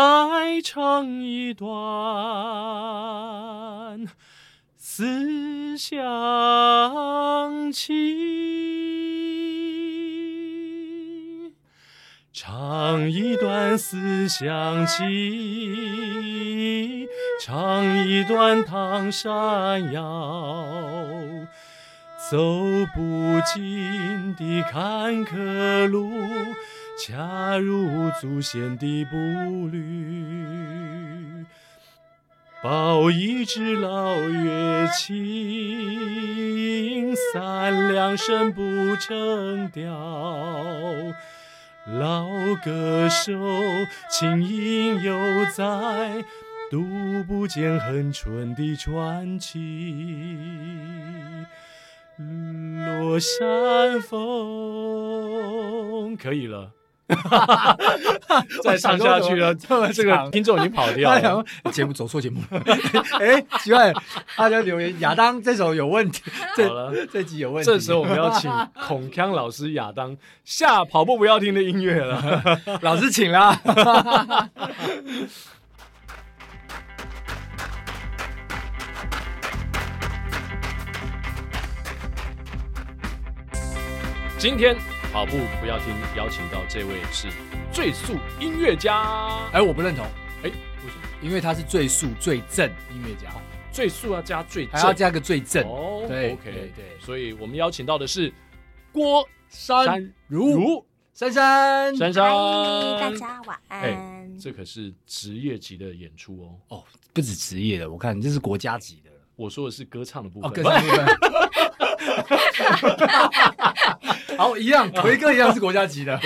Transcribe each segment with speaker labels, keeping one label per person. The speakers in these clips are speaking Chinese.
Speaker 1: 再唱一段思乡情，唱一段思乡情，唱一段唐山谣。走不尽的坎坷路，恰如祖先的步履。抱一支老乐器，三两声不成调。老歌手琴音犹在，读不见恒春的传奇。落山风，可以 了。再唱下去了，
Speaker 2: 这么
Speaker 1: 这个
Speaker 2: 长 哎
Speaker 1: 听众已经跑掉
Speaker 2: 大家想
Speaker 1: 了
Speaker 2: 说。节目走错节目了， 哎，奇怪，大家留言亚当这首有问题，
Speaker 1: 好了
Speaker 2: 这这集有问题。
Speaker 1: 这时候我们要请孔康老师亚当下跑步不要听的音乐 了。
Speaker 2: 老师请啦，
Speaker 1: 今天跑步不要听邀请到这位是最速音乐家。
Speaker 2: 哎，我不认同，
Speaker 1: 哎，为什么
Speaker 2: 因为他是最速最正音乐家，
Speaker 1: 最速要加最
Speaker 2: 还要
Speaker 1: 正？
Speaker 2: 加个最正。
Speaker 1: 哦
Speaker 2: 对
Speaker 1: ，OK，
Speaker 2: 对对
Speaker 1: 所以我们邀请到的是郭
Speaker 2: 山
Speaker 1: 珊
Speaker 2: 如
Speaker 1: 如
Speaker 2: 珊珊，
Speaker 1: 珊珊。
Speaker 3: 嗨，大家晚安。
Speaker 1: 哎这可是职业级的演出哦。
Speaker 2: 哦，不止职业的，我看这是国家级的。
Speaker 1: 我说的是歌唱的部
Speaker 2: 哦，
Speaker 1: 分，
Speaker 2: 各上部分。好，一样， 奎哥一样是国家级的。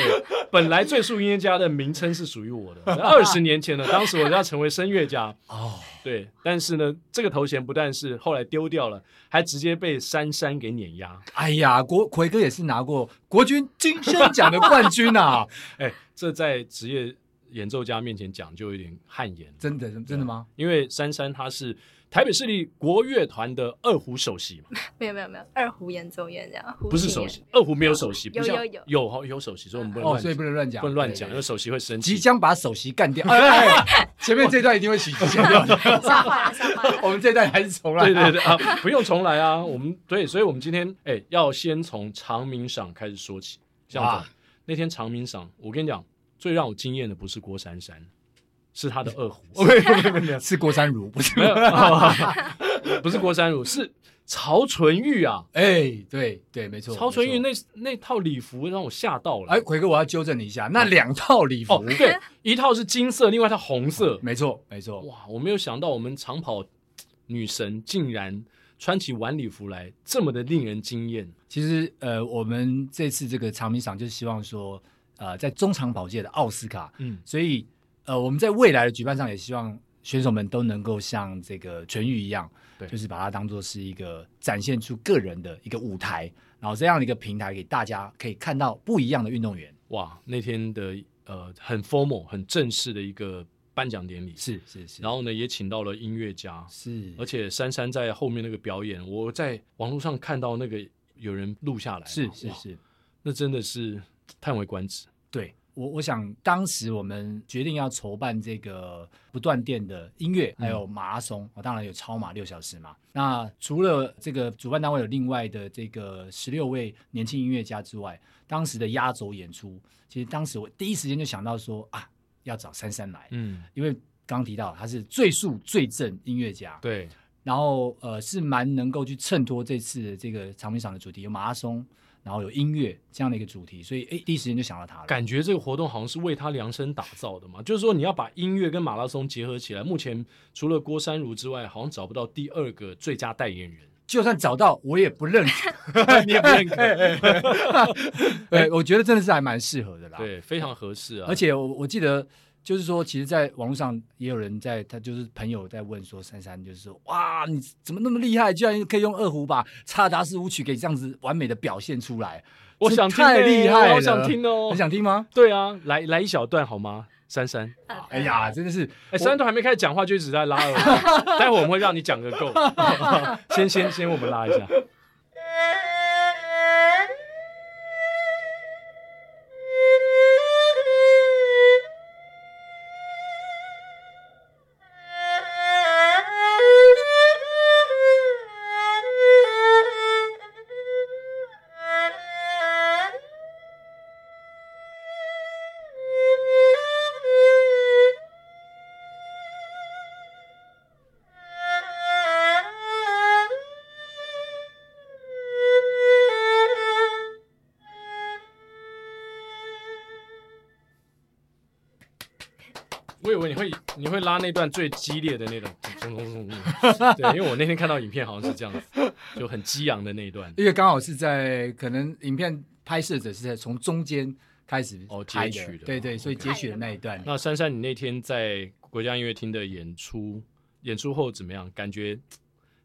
Speaker 1: 本来最速音乐家的名称是属于 我的，二十年前呢，当时我要成为声乐家，
Speaker 2: 哦，
Speaker 1: 对，但是呢，这个头衔不但是后来丢掉了，还直接被珊珊给碾压。
Speaker 2: 哎呀，国奎哥也是拿过国军金声奖的冠军 啊！
Speaker 1: 哎，这在职业演奏家面前讲就有点汗颜，
Speaker 2: 真的，真的吗？
Speaker 1: 因为珊珊她是台北市立国乐团的二胡首席嘛，
Speaker 3: 没有没有没有，二胡演奏员这样，胡
Speaker 1: 不是
Speaker 3: 琴
Speaker 1: 首
Speaker 3: 演
Speaker 1: 席，二胡没有首席，
Speaker 3: 有
Speaker 1: 不像
Speaker 3: 有有
Speaker 1: 有哦有首席，所以我们不能
Speaker 2: 哦，
Speaker 1: 乱
Speaker 2: 所以不
Speaker 1: 讲，
Speaker 2: 能乱讲，
Speaker 1: 不能乱讲，因为
Speaker 2: 对对对
Speaker 1: 首席会生气
Speaker 2: 即。将把首席干 掉。哎哎，哎前面这段一定会取消掉，
Speaker 3: 笑话了笑话了。
Speaker 2: 我们这段还是重来。
Speaker 1: 对对对啊，不用重来啊，我们对，所以我们今天哎要先从长鸣赏开始说起。像
Speaker 2: 哇
Speaker 1: 那天长鸣赏，我跟你讲，最让我惊艳的不是郭珊珊，是她的二 胡，哦没有没有没有
Speaker 2: 是郭山如，不是？
Speaker 1: 没有啊，不是郭珊如，是曹纯玉啊。
Speaker 2: 哎，对对，没错。
Speaker 1: 曹纯玉
Speaker 2: 没错
Speaker 1: 那那套礼服让我吓到了。
Speaker 2: 哎，奎哥，我要纠正你一下，那两套礼
Speaker 1: 哦
Speaker 2: 服，，
Speaker 1: 对，一套是金色，另外一套红色。
Speaker 2: 没错没错，
Speaker 1: 哇，我没有想到我们长跑女神竟然穿起晚礼服来，这么的令人惊艳。
Speaker 2: 其实呃，我们这次这个长鸣赏就是希望说，呃，在中长跑界的奥斯卡，
Speaker 1: 嗯，
Speaker 2: 所以呃，我们在未来的举办上也希望选手们都能够像这个全玉一样，
Speaker 1: 对
Speaker 2: 就是把它当做是一个展现出个人的一个舞台，然后这样的一个平台给大家可以看到不一样的运动员。
Speaker 1: 哇，那天的呃很 formal、很正式的一个颁奖典礼，
Speaker 2: 是是是，
Speaker 1: 然后呢也请到了音乐家，
Speaker 2: 是
Speaker 1: 而且珊珊在后面那个表演，我在网络上看到那个有人录下来嘛，
Speaker 2: 是是
Speaker 1: 哇，
Speaker 2: 是，
Speaker 1: 那真的是叹为观止。
Speaker 2: 对。我我想，当时我们决定要筹办这个不断电的音乐，
Speaker 1: 嗯
Speaker 2: 还有马拉松，哦当然有超马六小时嘛。那除了这个主办单位有另外的这个十六位年轻音乐家之外，当时的压轴演出，其实当时我第一时间就想到说啊，要找珊珊来，
Speaker 1: 嗯，
Speaker 2: 因为刚提到他是最速最正音乐家，
Speaker 1: 对，
Speaker 2: 然后呃是蛮能够去衬托这次的这个长鸣赏的主题，有马拉松，然后有音乐这样的一个主题，所以哎第一时间就想到他了。
Speaker 1: 感觉这个活动好像是为他量身打造的嘛，就是说你要把音乐跟马拉松结合起来。目前除了郭珊如之外，好像找不到第二个最佳代言人。
Speaker 2: 就算找到，我也不认可， 你也不认可。 对，我觉得真的是还蛮适合的啦。，
Speaker 1: 对，非常合适啊，
Speaker 2: 而且我我记得，就是说，其实，在网络上也有人在，他就是朋友在问说，珊珊就是说，哇，你怎么那么厉害，居然可以用二胡把查达斯舞曲给这样子完美的表现出来，
Speaker 1: 我
Speaker 2: 真
Speaker 1: 想听
Speaker 2: 太
Speaker 1: 欸
Speaker 2: 厉害了，
Speaker 1: 我好想听哦
Speaker 2: 你想 听吗？
Speaker 1: 对啊，来来一小段好吗？珊珊，
Speaker 2: 哎呀，真的是，
Speaker 1: 哎，珊珊都还没开始讲话，就一直在拉耳 朵。待会我们会让你讲个 够，先先先我们拉一下。
Speaker 4: Thank you.
Speaker 1: 我以为你会你会拉那段最激烈的那种，咚咚咚咚 对，因为我那天看到影片好像是这样子，就很激昂的那一段。
Speaker 2: 因为刚好是在可能影片拍摄者是在从中间开始
Speaker 1: 哦
Speaker 2: 拍
Speaker 1: 截取的
Speaker 2: 对对，
Speaker 1: 哦
Speaker 2: 所以
Speaker 1: OK
Speaker 2: 截取的那一段，
Speaker 1: 那珊珊，你那天在国家音乐厅的演出，演出后怎么样？感觉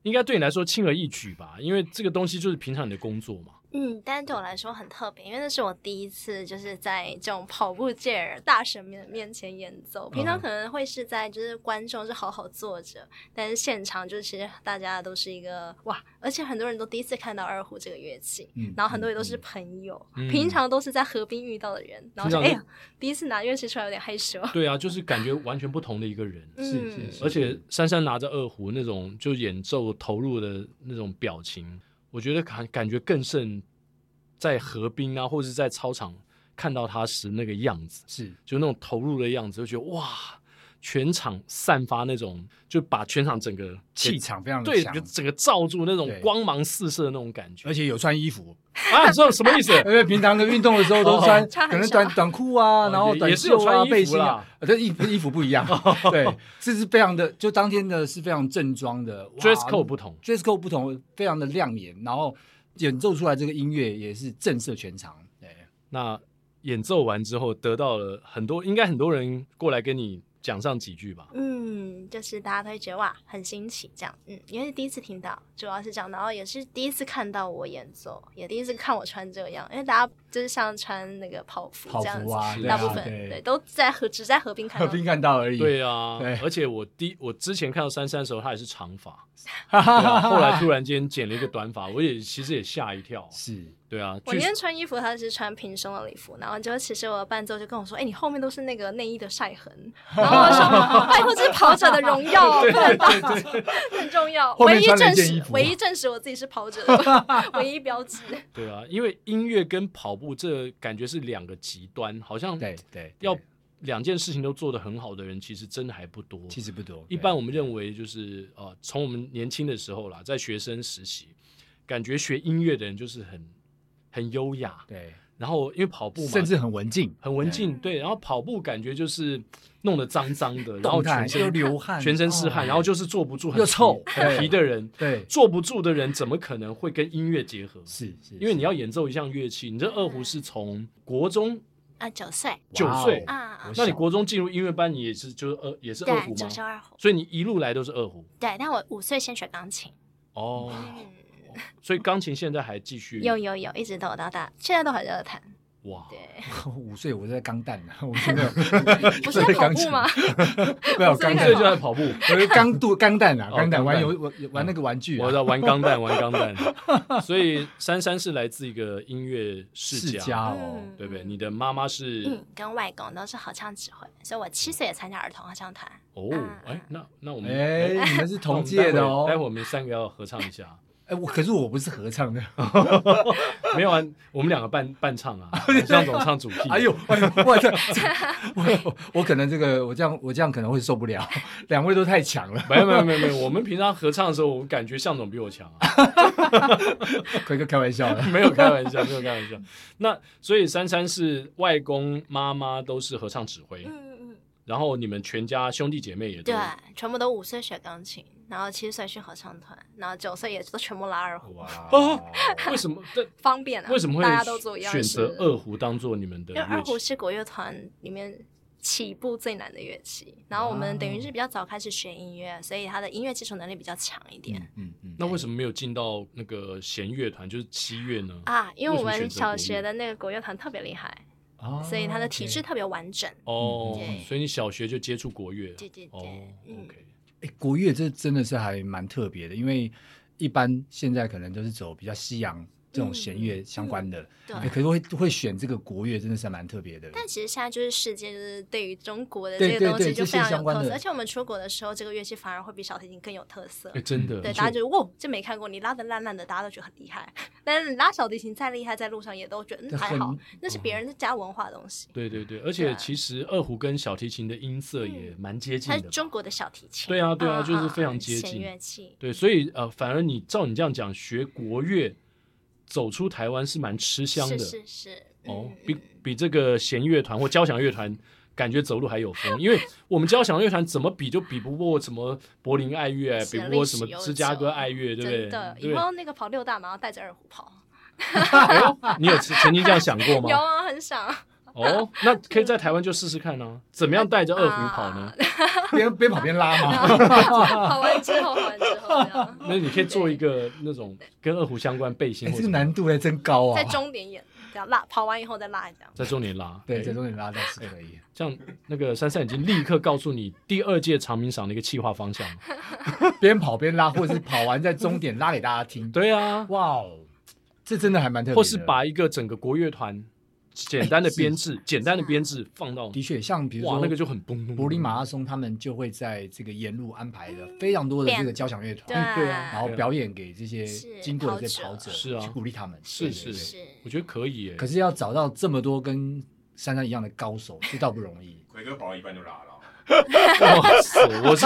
Speaker 1: 应该对你来说轻而易举吧，因为这个东西就是平常你的工作嘛。
Speaker 4: 嗯，但是对我来说很特别，因为那是我第一次就是在这种跑步界儿大神面面前演奏。平
Speaker 1: 嗯
Speaker 4: 常可能会是在就是观众是好好坐着，但是现场就其实大家都是一个哇，而且很多人都第一次看到二胡这个乐器，
Speaker 2: 嗯
Speaker 4: 然后很多也都是朋友，
Speaker 1: 嗯
Speaker 4: 平常都是在河边遇到的人，然后就
Speaker 1: 平常都
Speaker 4: 哎呀，第一次拿乐器出来有点害羞。
Speaker 1: 对啊，就是感觉完全不同的一个人。
Speaker 2: 是
Speaker 4: 嗯
Speaker 2: 是是，
Speaker 1: 而且珊珊拿着二胡那种就演奏投入的那种表情，我觉得感感觉更胜在河滨啊，或者是在操场看到他时那个样子，
Speaker 2: 是
Speaker 1: 就那种投入的样子，就觉得哇，全场散发那种就把全场整个
Speaker 2: 气场非常的
Speaker 1: 对
Speaker 2: 强，
Speaker 1: 整个罩住那种
Speaker 2: 对哎
Speaker 1: 光芒四射的那种感觉
Speaker 2: 而且有穿衣服，
Speaker 1: 啊，这种什么意思？
Speaker 2: 因为平常的运动的时候都穿
Speaker 4: 哦穿很
Speaker 2: 可能
Speaker 4: 少
Speaker 2: 短短裤啊，
Speaker 1: 哦
Speaker 2: 然后
Speaker 1: 也
Speaker 2: 短
Speaker 1: 也是有
Speaker 2: 袖
Speaker 1: 穿
Speaker 2: 啊、
Speaker 1: 衣服
Speaker 2: 背心
Speaker 1: 啦
Speaker 2: 啊，呃但衣服衣服不一 样，对，这是非常的，就当天的是非常正装的哇
Speaker 1: dress code 不同，
Speaker 2: dress code 不同，非常的亮眼，然后演奏出来这个音乐也是震慑全场，对，
Speaker 1: 那演奏完之后得到了很多，应该很多人过来跟你讲上几句吧。
Speaker 4: 嗯，就是大家都会觉得哇，很新奇这样，嗯，因为第一次听到，主要是这样，然后也是第一次看到我演奏，也第一次看我穿这样，因为大家就是像穿那个跑服
Speaker 2: 跑
Speaker 4: 这样
Speaker 2: 服
Speaker 4: 子，
Speaker 2: 啊，
Speaker 1: 是
Speaker 2: 对
Speaker 4: 大
Speaker 2: 啊
Speaker 4: 部分
Speaker 2: 对
Speaker 4: 都在河只在河滨看
Speaker 2: 和
Speaker 4: 到，
Speaker 2: 平看到而已，
Speaker 1: 对啊，
Speaker 2: 嗯对
Speaker 1: 而且我第我之前看到珊珊的时候，她也是长发， 对啊后来突然间剪了一个短发，我也其实也吓一跳。
Speaker 2: 是
Speaker 1: 对啊，
Speaker 4: 我
Speaker 1: 据
Speaker 4: 那天穿衣服，他是穿平胸的礼服，然后就其实我的伴奏就跟我说：“哎、你后面都是那个内衣的晒痕。”然后我说：“拜托，这是跑者的荣 耀，不能当，很重要。
Speaker 2: 后面
Speaker 4: 唯一
Speaker 2: 穿了一
Speaker 4: 证
Speaker 2: 件衣
Speaker 4: 实
Speaker 2: 服，啊
Speaker 4: 唯一证实我自己是跑者的 唯一标志。
Speaker 1: 对啊，因为音乐跟跑步这感觉是两个极端，好像
Speaker 2: 对对，
Speaker 1: 要
Speaker 2: 对
Speaker 1: 两件事情都做得很好的人，其实真的还不多。
Speaker 2: 其实不多，
Speaker 1: 一
Speaker 2: 对
Speaker 1: 般我们认为就是呃，从我们年轻的时候啦，在学生时期，感觉学音乐的人就是很很优雅，
Speaker 2: 对，
Speaker 1: 然后因为跑步嘛，
Speaker 2: 甚至很文静，
Speaker 1: 很文静，对，然后跑步感觉就是弄得脏脏的，然后
Speaker 2: 动
Speaker 1: 全
Speaker 2: 态又
Speaker 1: 身
Speaker 2: 流汗，
Speaker 1: 全身是汗，
Speaker 2: 哦
Speaker 1: 然后就是坐不住，很
Speaker 2: 又
Speaker 1: 疲
Speaker 2: 臭
Speaker 1: 很
Speaker 2: 对
Speaker 1: 皮的人，
Speaker 2: 对，
Speaker 1: 坐不住的人怎么可能会跟音乐结合？
Speaker 2: 是是，
Speaker 1: 因为你
Speaker 2: 是
Speaker 1: 要演奏一项乐器，你这二胡
Speaker 4: 嗯
Speaker 1: 是从国中
Speaker 4: 啊，九岁
Speaker 1: 九岁
Speaker 2: 哇哦
Speaker 4: 啊，
Speaker 2: 我
Speaker 1: 那你
Speaker 2: 小
Speaker 1: 国中进入音乐班，你也是就是二也是二胡
Speaker 4: 对，
Speaker 1: 吗
Speaker 4: 九？十二胡，
Speaker 1: 所以你一路来都是二胡
Speaker 4: 对，但我五岁先学钢琴，
Speaker 1: 哦，嗯
Speaker 4: 嗯，
Speaker 1: 所以钢琴现在还继续
Speaker 4: 有有有，一直都有到大，现在都还在弹，
Speaker 1: 哇，
Speaker 4: 对，
Speaker 2: 五岁我在钢蛋呢，我真的
Speaker 4: 不是在跑步吗？
Speaker 2: 没有
Speaker 4: 五岁
Speaker 2: 钢
Speaker 1: 你
Speaker 4: 在
Speaker 1: 这个
Speaker 2: 蛋
Speaker 1: 就，在 跑步，
Speaker 2: 我是钢肚钢蛋啊，
Speaker 1: 哦
Speaker 2: 钢蛋玩
Speaker 1: 钢
Speaker 2: 游玩玩那个玩具啊，
Speaker 1: 我在玩钢弹，玩钢弹。所以珊珊是来自一个音乐世
Speaker 2: 世
Speaker 1: 家，
Speaker 2: 家哦，
Speaker 4: 嗯
Speaker 1: 啊对不对？你的妈妈是、
Speaker 4: 嗯，跟外公都是合唱指挥，所以我七岁也参加儿童合唱团。
Speaker 1: 哦，
Speaker 4: 啊
Speaker 1: 哎，那那我们
Speaker 2: 哎，你们是同届的哦
Speaker 1: 那我们待会待会我们三个要合唱一下，
Speaker 2: 哎，我可是我不是合唱 的，
Speaker 1: 没有啊，我们两个伴伴唱 啊，向总唱主题。
Speaker 2: 哎呦，哎呦， 我这我我可能这个我这样我这样可能会受不了，两位都太强了，
Speaker 1: 没有没有没有没有，我们平常合唱的时候，我感觉向总比我强啊，
Speaker 2: 奎哥开玩笑的，
Speaker 1: 没有开玩笑，没有开玩笑。那所以珊珊是外公妈妈都是合唱指挥，
Speaker 4: 嗯嗯嗯，
Speaker 1: 然后你们全家兄弟姐妹也都
Speaker 4: 对，全部都五岁学钢琴，然后七岁去合唱团，然后九岁也都全部拉二胡，
Speaker 2: 哇
Speaker 1: 哦为什 么？这
Speaker 4: 方便啊。
Speaker 1: 为什么
Speaker 4: 大家都做
Speaker 1: 会
Speaker 4: 一样
Speaker 1: 选
Speaker 4: 的
Speaker 1: 择
Speaker 4: 事？
Speaker 1: 二胡当做你们的
Speaker 4: 因为二
Speaker 1: 乐
Speaker 4: 胡
Speaker 1: 器？
Speaker 4: 是国乐团里面起步最难的乐器，然后我们
Speaker 1: 啊
Speaker 4: 等于是比较早开始学音乐，所以他的音乐基础能力比较强一点。
Speaker 2: 嗯嗯，
Speaker 1: 那为什么没有进到那个弦乐团，就是七乐呢？
Speaker 4: 啊，因为我
Speaker 1: 为什么选
Speaker 4: 们
Speaker 1: 择
Speaker 4: 小
Speaker 1: 国乐
Speaker 4: 学的那个国乐团特别厉害，
Speaker 2: 么
Speaker 4: 所以他的体制特别完整。
Speaker 1: 哦
Speaker 4: 嗯对，
Speaker 1: 所以你小学就接触国乐？
Speaker 4: 对对对
Speaker 1: 哦
Speaker 4: 嗯
Speaker 1: ，OK，
Speaker 2: 哎，国乐这真的是还蛮特别的，因为一般现在可能都是走比较西洋这种弦乐相关的，
Speaker 4: 嗯对，
Speaker 2: 哎可是会会选这个国乐，真的是还蛮特别的。
Speaker 4: 但其实现在就是世界就是对于中国的
Speaker 2: 对
Speaker 4: 这
Speaker 2: 对
Speaker 4: 个东
Speaker 2: 对
Speaker 4: 西
Speaker 2: 这
Speaker 4: 就
Speaker 2: 是
Speaker 4: 非常
Speaker 2: 相
Speaker 4: 有
Speaker 2: 关
Speaker 4: 特色，
Speaker 2: 的
Speaker 4: 而且我们出国的时候，这个乐器反而会比小提琴更有特色。
Speaker 1: 哎，真的，
Speaker 4: 对，
Speaker 1: 而且
Speaker 4: 大家就哇，这没看过，你拉的烂烂的，大家都觉得很厉害。但是你拉小提琴再厉害，在路上也都觉得嗯
Speaker 2: 但
Speaker 4: 还好
Speaker 2: 很，
Speaker 4: 那
Speaker 1: 哦
Speaker 4: 是别人的家文化的东西。
Speaker 1: 对对对，而且
Speaker 4: 对啊嗯
Speaker 1: 其实二胡跟小提琴的音色也蛮接近
Speaker 4: 它是
Speaker 1: 的。
Speaker 4: 中国的小提琴，
Speaker 1: 对啊对啊
Speaker 4: 嗯
Speaker 1: 就是
Speaker 4: 嗯
Speaker 1: 非常
Speaker 4: 嗯
Speaker 1: 接
Speaker 4: 弦
Speaker 1: 近
Speaker 4: 乐器。
Speaker 1: 对，所以呃，反而你照你这样讲，学国乐走出台湾是蛮吃香的
Speaker 4: 是是是，
Speaker 1: 哦
Speaker 4: 嗯，
Speaker 1: 比
Speaker 4: 嗯
Speaker 1: 比这个弦乐团或交响乐团感觉走路还有风，因为我们交响乐团怎么比就比不过什么柏林爱乐，比不过什么芝加哥爱乐，对不对？
Speaker 4: 真的，以
Speaker 1: 对，
Speaker 4: 后那个跑六大马要带着二胡跑，
Speaker 1: 哎呦你有曾曾经这样想过
Speaker 4: 有
Speaker 1: 吗？
Speaker 4: 啊，很想。
Speaker 1: 哦，那可以在台湾就试试看呢、怎么样带着二胡跑呢？
Speaker 2: 边边跑边拉 嘛。
Speaker 4: 跑完之后，跑完之后这样，
Speaker 1: 那你可以做一个那种跟二胡相关背心
Speaker 2: 哎，
Speaker 1: 或
Speaker 2: 这
Speaker 1: 者
Speaker 2: 个
Speaker 1: 什么，
Speaker 2: 难度还真高啊！
Speaker 4: 在终点演，这样拉，跑完以后再拉一下。
Speaker 1: 在重点拉。哎
Speaker 2: 对，在终点拉倒是可 以。
Speaker 1: 这样那个珊珊已经立刻告诉你第二届长鸣赏的一个企划方向了。
Speaker 2: 边跑边拉，或者是跑完在终点拉给大家听。，
Speaker 1: 对啊，
Speaker 2: 哇哦，这真的还蛮特别的。
Speaker 1: 或是把一个整个国乐团简单的编制、简单的编制放到，
Speaker 2: 的确像比如
Speaker 1: 哇
Speaker 2: 说，
Speaker 1: 那个就很嘣嘣。
Speaker 2: 柏林马拉松，他们就会在这个沿路安排了非常多的这个交响乐团，
Speaker 4: 对
Speaker 1: 对啊
Speaker 2: 然后表演给这些
Speaker 4: 是
Speaker 2: 经过的这些
Speaker 4: 跑
Speaker 2: 跑
Speaker 4: 者
Speaker 2: 者，
Speaker 1: 是啊
Speaker 2: 去鼓励他们。
Speaker 1: 是
Speaker 2: 对
Speaker 1: 是
Speaker 2: 对对
Speaker 4: 是，
Speaker 1: 我觉得可以耶。
Speaker 2: 可是要找到这么多跟珊珊一样的高手，这倒不容易。
Speaker 5: 奎哥跑到一半就拉了，
Speaker 1: 哇塞，我是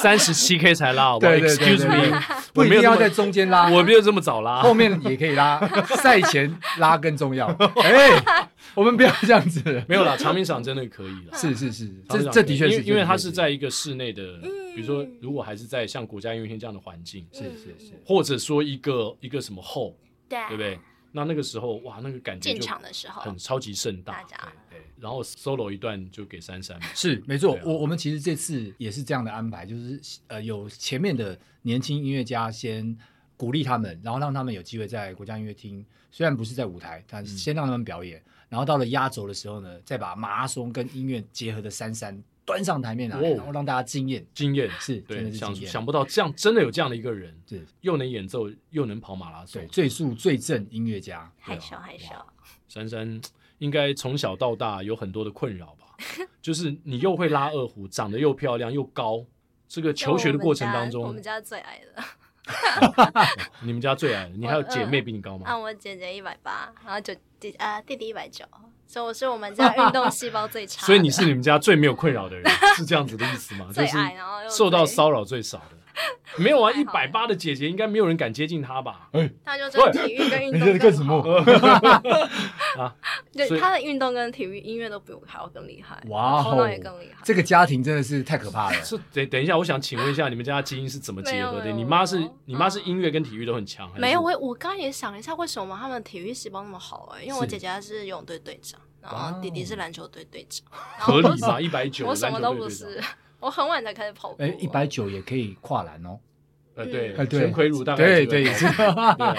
Speaker 1: 三十七 K 才 拉，好不好
Speaker 2: 对对对
Speaker 1: ？Excuse
Speaker 2: 对对哦
Speaker 1: me，
Speaker 2: 不
Speaker 1: 我
Speaker 2: 一
Speaker 1: 没
Speaker 2: 定
Speaker 1: 有
Speaker 2: 要在
Speaker 1: 这
Speaker 2: 中间拉
Speaker 1: 么，，我没有这么早拉。
Speaker 2: 后面也可以拉， 赛前拉更重要。哎，我们不要这样子。
Speaker 1: 没有啦，长鸣赏真的可以啦。
Speaker 2: 是是是，
Speaker 1: 长鸣
Speaker 2: 这
Speaker 1: 赏
Speaker 2: 这
Speaker 1: 可以
Speaker 2: 的确
Speaker 1: 因
Speaker 2: 是
Speaker 1: 为，因为它是在一个室内的，
Speaker 4: 嗯
Speaker 1: 比如说，如果还是在像国家音乐厅这样的环境，
Speaker 2: 是是是，
Speaker 1: 或者说一个一个什么后，
Speaker 4: 嗯对啊
Speaker 1: 对不对？那那个时候，哇，那个感觉
Speaker 4: 进
Speaker 1: 就
Speaker 4: 场的时候，
Speaker 1: 很超级盛
Speaker 4: 大
Speaker 1: 大。啊
Speaker 4: 家
Speaker 2: 对。
Speaker 1: 然后 solo 一段就给珊珊嘛，
Speaker 2: 是没错
Speaker 1: 对啊，
Speaker 2: 我我们其实这次也是这样的安排，就是呃有前面的年轻音乐家先鼓励他们，然后让他们有机会在国家音乐厅，虽然不是在舞台，但
Speaker 1: 嗯
Speaker 2: 是先让他们表演，然后到了压轴的时候呢，再把马拉松跟音乐结合的珊珊端上台面来，
Speaker 1: 哇哦
Speaker 2: 然后让大家惊艳。
Speaker 1: 经验
Speaker 2: 是真
Speaker 1: 对，
Speaker 2: 的是
Speaker 1: 想
Speaker 2: 经验
Speaker 1: 想不到这样真的有这样的一个人，
Speaker 2: 对
Speaker 1: 又能演奏又能跑马拉松
Speaker 2: 对，。最速最正音乐家，
Speaker 4: 害羞害羞，
Speaker 1: 珊珊应该从小到大有很多的困扰吧， 就是你又会拉二胡，长得又漂亮又高，这个求学的过程当
Speaker 4: 我
Speaker 1: 中
Speaker 4: 们，家我们家最矮的，
Speaker 1: 你们家最矮，你还有姐妹比你高吗？
Speaker 4: 啊，我姐姐一百八，然后就弟啊弟弟一百九，所以我是我们家运动细胞最差的，
Speaker 1: 所以你是你们家最没有困扰的 人，是这样子的意思吗？就
Speaker 4: 最
Speaker 1: 是
Speaker 4: 矮，然后又
Speaker 1: 受到
Speaker 4: 最，
Speaker 1: 骚扰最少的。没有啊，一
Speaker 4: 还好
Speaker 1: 百八的姐姐应该没有人敢接近她吧？
Speaker 2: 哎
Speaker 4: 他就对体育跟运动更好，
Speaker 1: 所
Speaker 4: 对
Speaker 1: 以
Speaker 4: 他的运动跟体育音乐都比我还要更厉害，
Speaker 2: 哇
Speaker 4: 头
Speaker 2: 哦
Speaker 4: 脑也更厉害，
Speaker 2: 这个家庭真的是太可怕了。
Speaker 1: 是等等一下，我想请问一下，你们家的基因是怎么结合
Speaker 4: 没
Speaker 1: 的？
Speaker 4: 有
Speaker 1: 你妈是
Speaker 4: 嗯
Speaker 1: 你妈是音乐跟体育都很强，还是
Speaker 4: 没有，我我刚刚也想一下，为什么他们体育细胞那么好哎、因为我
Speaker 2: 是
Speaker 4: 姐姐她是游泳队队长，然
Speaker 2: 哇
Speaker 4: 后
Speaker 2: 哦
Speaker 4: 弟弟是篮球队队长，然后
Speaker 1: 合
Speaker 4: 哦我
Speaker 1: 理
Speaker 4: 什
Speaker 1: 吗？一百九，
Speaker 4: 我什么
Speaker 1: 篮球
Speaker 4: 都
Speaker 1: 队
Speaker 4: 不
Speaker 1: 队长
Speaker 4: 是， 我很晚才开始跑步，
Speaker 2: 哎，一百九也可以跨栏哦。
Speaker 1: 呃，
Speaker 4: 嗯
Speaker 1: 对，
Speaker 2: 哎对
Speaker 1: 陈奎儒大概这
Speaker 2: 对
Speaker 1: 个
Speaker 2: 对也是
Speaker 1: 高 度对啊，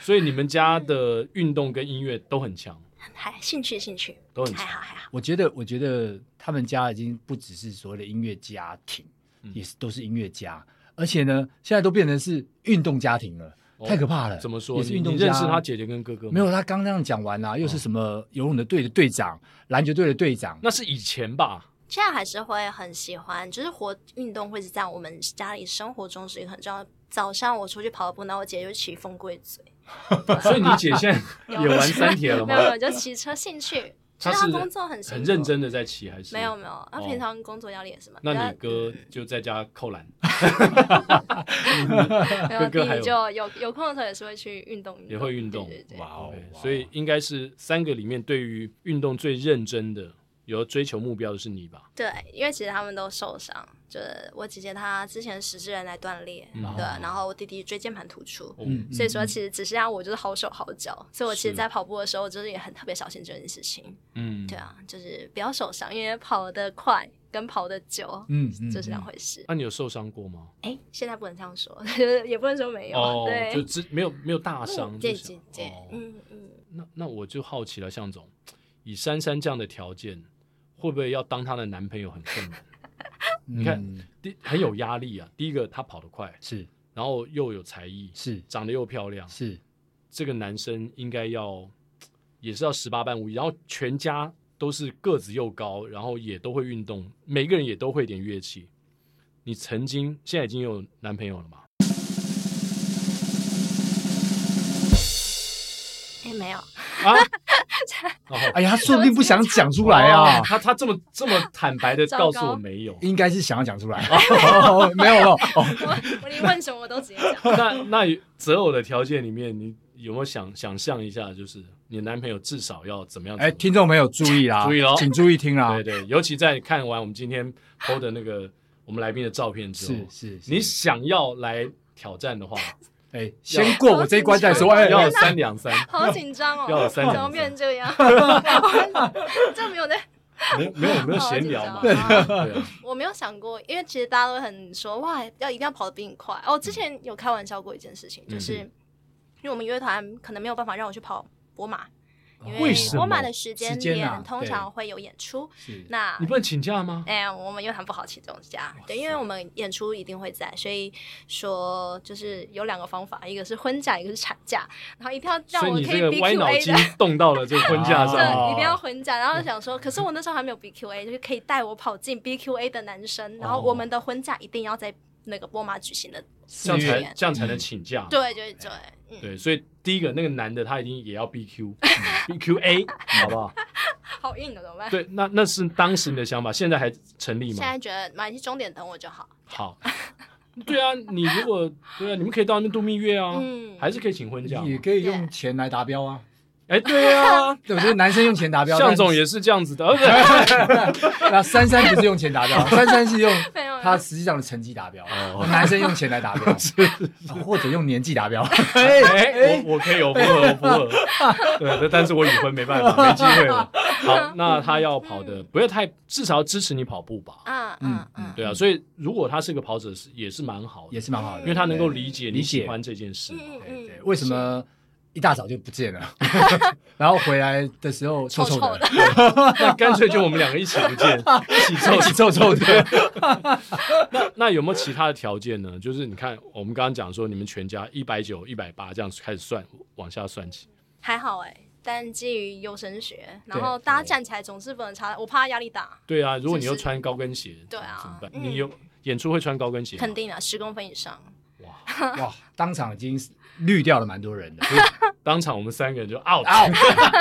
Speaker 1: 所以你们家的运动跟音乐都很强，
Speaker 4: 还哎兴趣兴趣
Speaker 1: 都很
Speaker 4: 还好
Speaker 1: 强，
Speaker 4: 还好，
Speaker 2: 我觉得，我觉得他们家已经不只是所谓的音乐家庭，
Speaker 1: 嗯
Speaker 2: 也是都是音乐家，而且呢，现在都变成是运动家庭了，
Speaker 1: 哦
Speaker 2: 太可怕了。
Speaker 1: 怎么说？
Speaker 2: 也是
Speaker 1: 你
Speaker 2: 运动
Speaker 1: 你
Speaker 2: 家。
Speaker 1: 认识他姐姐跟哥哥吗哦
Speaker 2: 没有，？他刚那样讲完啦、啊又是什么游泳的队的队长、篮球队的队长，
Speaker 1: 那是以前吧，
Speaker 4: 现在还是会很喜欢，就是活运动会是在我们家里生活中是一个很重要的。早上我出去跑步，然后我姐就骑风龟嘴，
Speaker 1: 所以你姐现在也玩三铁了
Speaker 4: 没有没
Speaker 1: 吗？
Speaker 4: 有，就骑车兴 趣。
Speaker 1: 她
Speaker 4: 就是工作很辛
Speaker 1: 很
Speaker 4: 苦
Speaker 1: 认，真的在骑还是
Speaker 4: 没有？没有，她
Speaker 1: 哦
Speaker 4: 平常工作压力也是蛮大。
Speaker 1: 那 你哥就在家扣篮，
Speaker 4: 然
Speaker 1: 哥
Speaker 4: 后
Speaker 1: 哥
Speaker 4: 弟
Speaker 1: 还
Speaker 4: 弟
Speaker 1: 有
Speaker 4: 就有有空的时候也是会去运动，
Speaker 1: 也会运动
Speaker 4: 对对对
Speaker 2: 哇哦
Speaker 1: OK，！
Speaker 2: 哇哦
Speaker 1: 所以应该是三个里面对于运动最认真的、有追求目标的是你吧？
Speaker 4: 对，因为其实他们都受伤，就是我姐姐她之前十字韧带断裂，
Speaker 1: 嗯
Speaker 4: 对，然后我弟弟椎间盘突出，
Speaker 1: 哦
Speaker 2: 嗯，嗯
Speaker 4: 所以说
Speaker 2: 嗯
Speaker 4: 其实只剩下我就是好手好脚，所以我其
Speaker 1: 是
Speaker 4: 实，在跑步的时候就是也很特别小心这件事情，
Speaker 1: 嗯，
Speaker 4: 对。啊，就是不要受伤，因为跑得快跟跑得久，
Speaker 2: 嗯嗯
Speaker 4: 这是
Speaker 2: 嗯
Speaker 4: 两回事。
Speaker 1: 那你有受伤过吗？
Speaker 4: 哎、现在不能这样说， 就是也不能说没有，啊
Speaker 1: 哦，
Speaker 4: 对，嗯
Speaker 1: 就之没有没有大伤，
Speaker 4: 姐
Speaker 1: 就是
Speaker 4: 姐姐
Speaker 1: 哦，
Speaker 4: 嗯嗯，
Speaker 1: 那那我就好奇了，向总，以珊珊这样的条件，会不会要当她的男朋友很困难？ 你看
Speaker 2: 嗯
Speaker 1: 第很有压力啊。第一个，她跑得快，
Speaker 2: 是
Speaker 1: 然后又有才艺，
Speaker 2: 是
Speaker 1: 长得又漂亮，
Speaker 2: 是，
Speaker 1: 这个男生应该要也是要十八般武艺，然后全家都是个子又高，然后也都会运动，每个人也都会点乐器。你曾经现在已经有男朋友了吗？
Speaker 4: 哎、没有，
Speaker 1: 啊，哦
Speaker 2: 哎呀，他说不定不想讲出来 啊
Speaker 1: 哦，他他这么这么坦白的
Speaker 4: 糟
Speaker 1: 告
Speaker 4: 糕
Speaker 1: 诉我没 有，
Speaker 2: 应该是想要讲出来，哦 没有了，哦
Speaker 4: 我我连问什么我都直接讲。
Speaker 1: 那那择偶的条件里面，你有没有想想象一下，就是你的男朋友至少要怎么样？
Speaker 2: 哎，
Speaker 1: 怎
Speaker 2: 听众啊朋友注意啦，
Speaker 1: 注意咯
Speaker 2: 请注意听
Speaker 1: 么
Speaker 2: 啦
Speaker 1: 样，对对，尤其在看完我们今天 PO 的那个我们来宾的照片之后
Speaker 2: 是，是，是
Speaker 1: 你想要来挑战 的话，
Speaker 2: 哎，先过我这一关再说，哎，
Speaker 1: 要有三两 三，
Speaker 4: 好紧张哦，
Speaker 1: 要有
Speaker 4: 怎
Speaker 1: 三点
Speaker 4: 么变成这 样？这没有在，
Speaker 1: 没 没有没有闲聊嘛？
Speaker 4: 好紧 张哦嗯
Speaker 1: 对啊，
Speaker 4: 我没有想过，因为其实大家都很说哇，要一定要跑得比你快。哦，之前有开玩笑过一件事情，就是
Speaker 1: 嗯
Speaker 4: 因为我们乐团可能没有办法让我去跑博马，因
Speaker 2: 为
Speaker 1: 哦什
Speaker 4: 博马
Speaker 1: 么
Speaker 4: 的时间
Speaker 2: 时间啊
Speaker 4: 点通
Speaker 2: 对
Speaker 4: 常会有演出，
Speaker 2: 是
Speaker 4: 那
Speaker 1: 你不能请假 吗？
Speaker 4: 哎、我们乐团不好请这种假，
Speaker 1: 哦
Speaker 4: 对，因为我们演出一定会在，所以说就是有两个方法，一个是婚假，一个是产假，然后一定要让
Speaker 1: 所以
Speaker 4: 我
Speaker 1: 你
Speaker 4: 可
Speaker 1: 这
Speaker 4: 以
Speaker 1: 个歪脑
Speaker 4: BQA
Speaker 1: 筋
Speaker 4: 的。
Speaker 1: 动到了这个婚 假上
Speaker 2: 啊
Speaker 1: 面，
Speaker 4: 这一定要婚假，然后想说，可是我那时候还没有 BQA，就是可以带我跑进 BQA 的男生，然后我们的婚假一定要在那个波马举行的，
Speaker 1: 这样
Speaker 2: 四月
Speaker 1: 才这样才能请假嘛。
Speaker 4: 对对对，嗯，
Speaker 1: 对，所以第一个那个男的他一定也要嗯 BQ BQA，好不好？
Speaker 4: 好硬的哦怎么办？
Speaker 1: 对，那那是当时你的想法，现在还成立
Speaker 4: 现
Speaker 1: 吗？
Speaker 4: 在觉得买去终点等我就好，
Speaker 1: 好，对啊，你如果对啊，你们可以到那边度蜜月啊，
Speaker 4: 嗯
Speaker 1: 还是可以请婚假嘛。
Speaker 2: 也可以用钱来达标啊，
Speaker 1: 哎，对啊，
Speaker 2: 对，我觉得男生用钱达标，
Speaker 1: 向总也是这样子的，
Speaker 2: 哎
Speaker 1: 呃
Speaker 2: 那珊珊不是用钱 达标，珊珊是用
Speaker 4: 没有
Speaker 2: 她实际上的成绩达标，
Speaker 1: 哦
Speaker 2: 男生用钱来达 标，或者用年纪达标。
Speaker 1: 不对哎，我我可以有复合，我复合，对，啊但但是我已婚没办法，没机会了。好， 那他要跑的不要太，至少要支持你跑步吧。
Speaker 4: 嗯
Speaker 2: 嗯
Speaker 4: 嗯
Speaker 2: 嗯
Speaker 4: 嗯，
Speaker 1: 对啊，所以如果他是个跑者，是也是蛮好的
Speaker 2: 也，是蛮好的，
Speaker 1: 因为他能够理解
Speaker 2: 理
Speaker 1: 你
Speaker 2: 解
Speaker 1: 喜欢这件事。
Speaker 4: 嗯
Speaker 2: 对
Speaker 4: 嗯
Speaker 2: 对，
Speaker 4: 嗯，
Speaker 2: 为什么一大早就不见了， 然后回来的时候臭
Speaker 4: 臭
Speaker 2: 的，
Speaker 1: 那干脆就我们两个一起不 见，一起凑
Speaker 2: 一起臭 臭的，
Speaker 1: 那那有没有其他的条件呢？就是你看，我们刚刚讲说，你们全家一百九、一百八这样开始算，往下算起。
Speaker 4: 还好哎、但基于优生学，然
Speaker 2: 对
Speaker 4: 后大家站起来总是不能差，我怕压力大，
Speaker 1: 对啊，如果你又
Speaker 4: 就是
Speaker 1: 穿高跟鞋，
Speaker 4: 对啊
Speaker 1: 怎么办？
Speaker 4: 嗯
Speaker 1: 你有演出会穿高跟鞋吗？
Speaker 4: 肯定啊，十公分以上，
Speaker 1: 哇！
Speaker 2: 哇，当场已经绿掉了蛮多人的。
Speaker 1: 当场我们三个人就 out，
Speaker 2: 啊，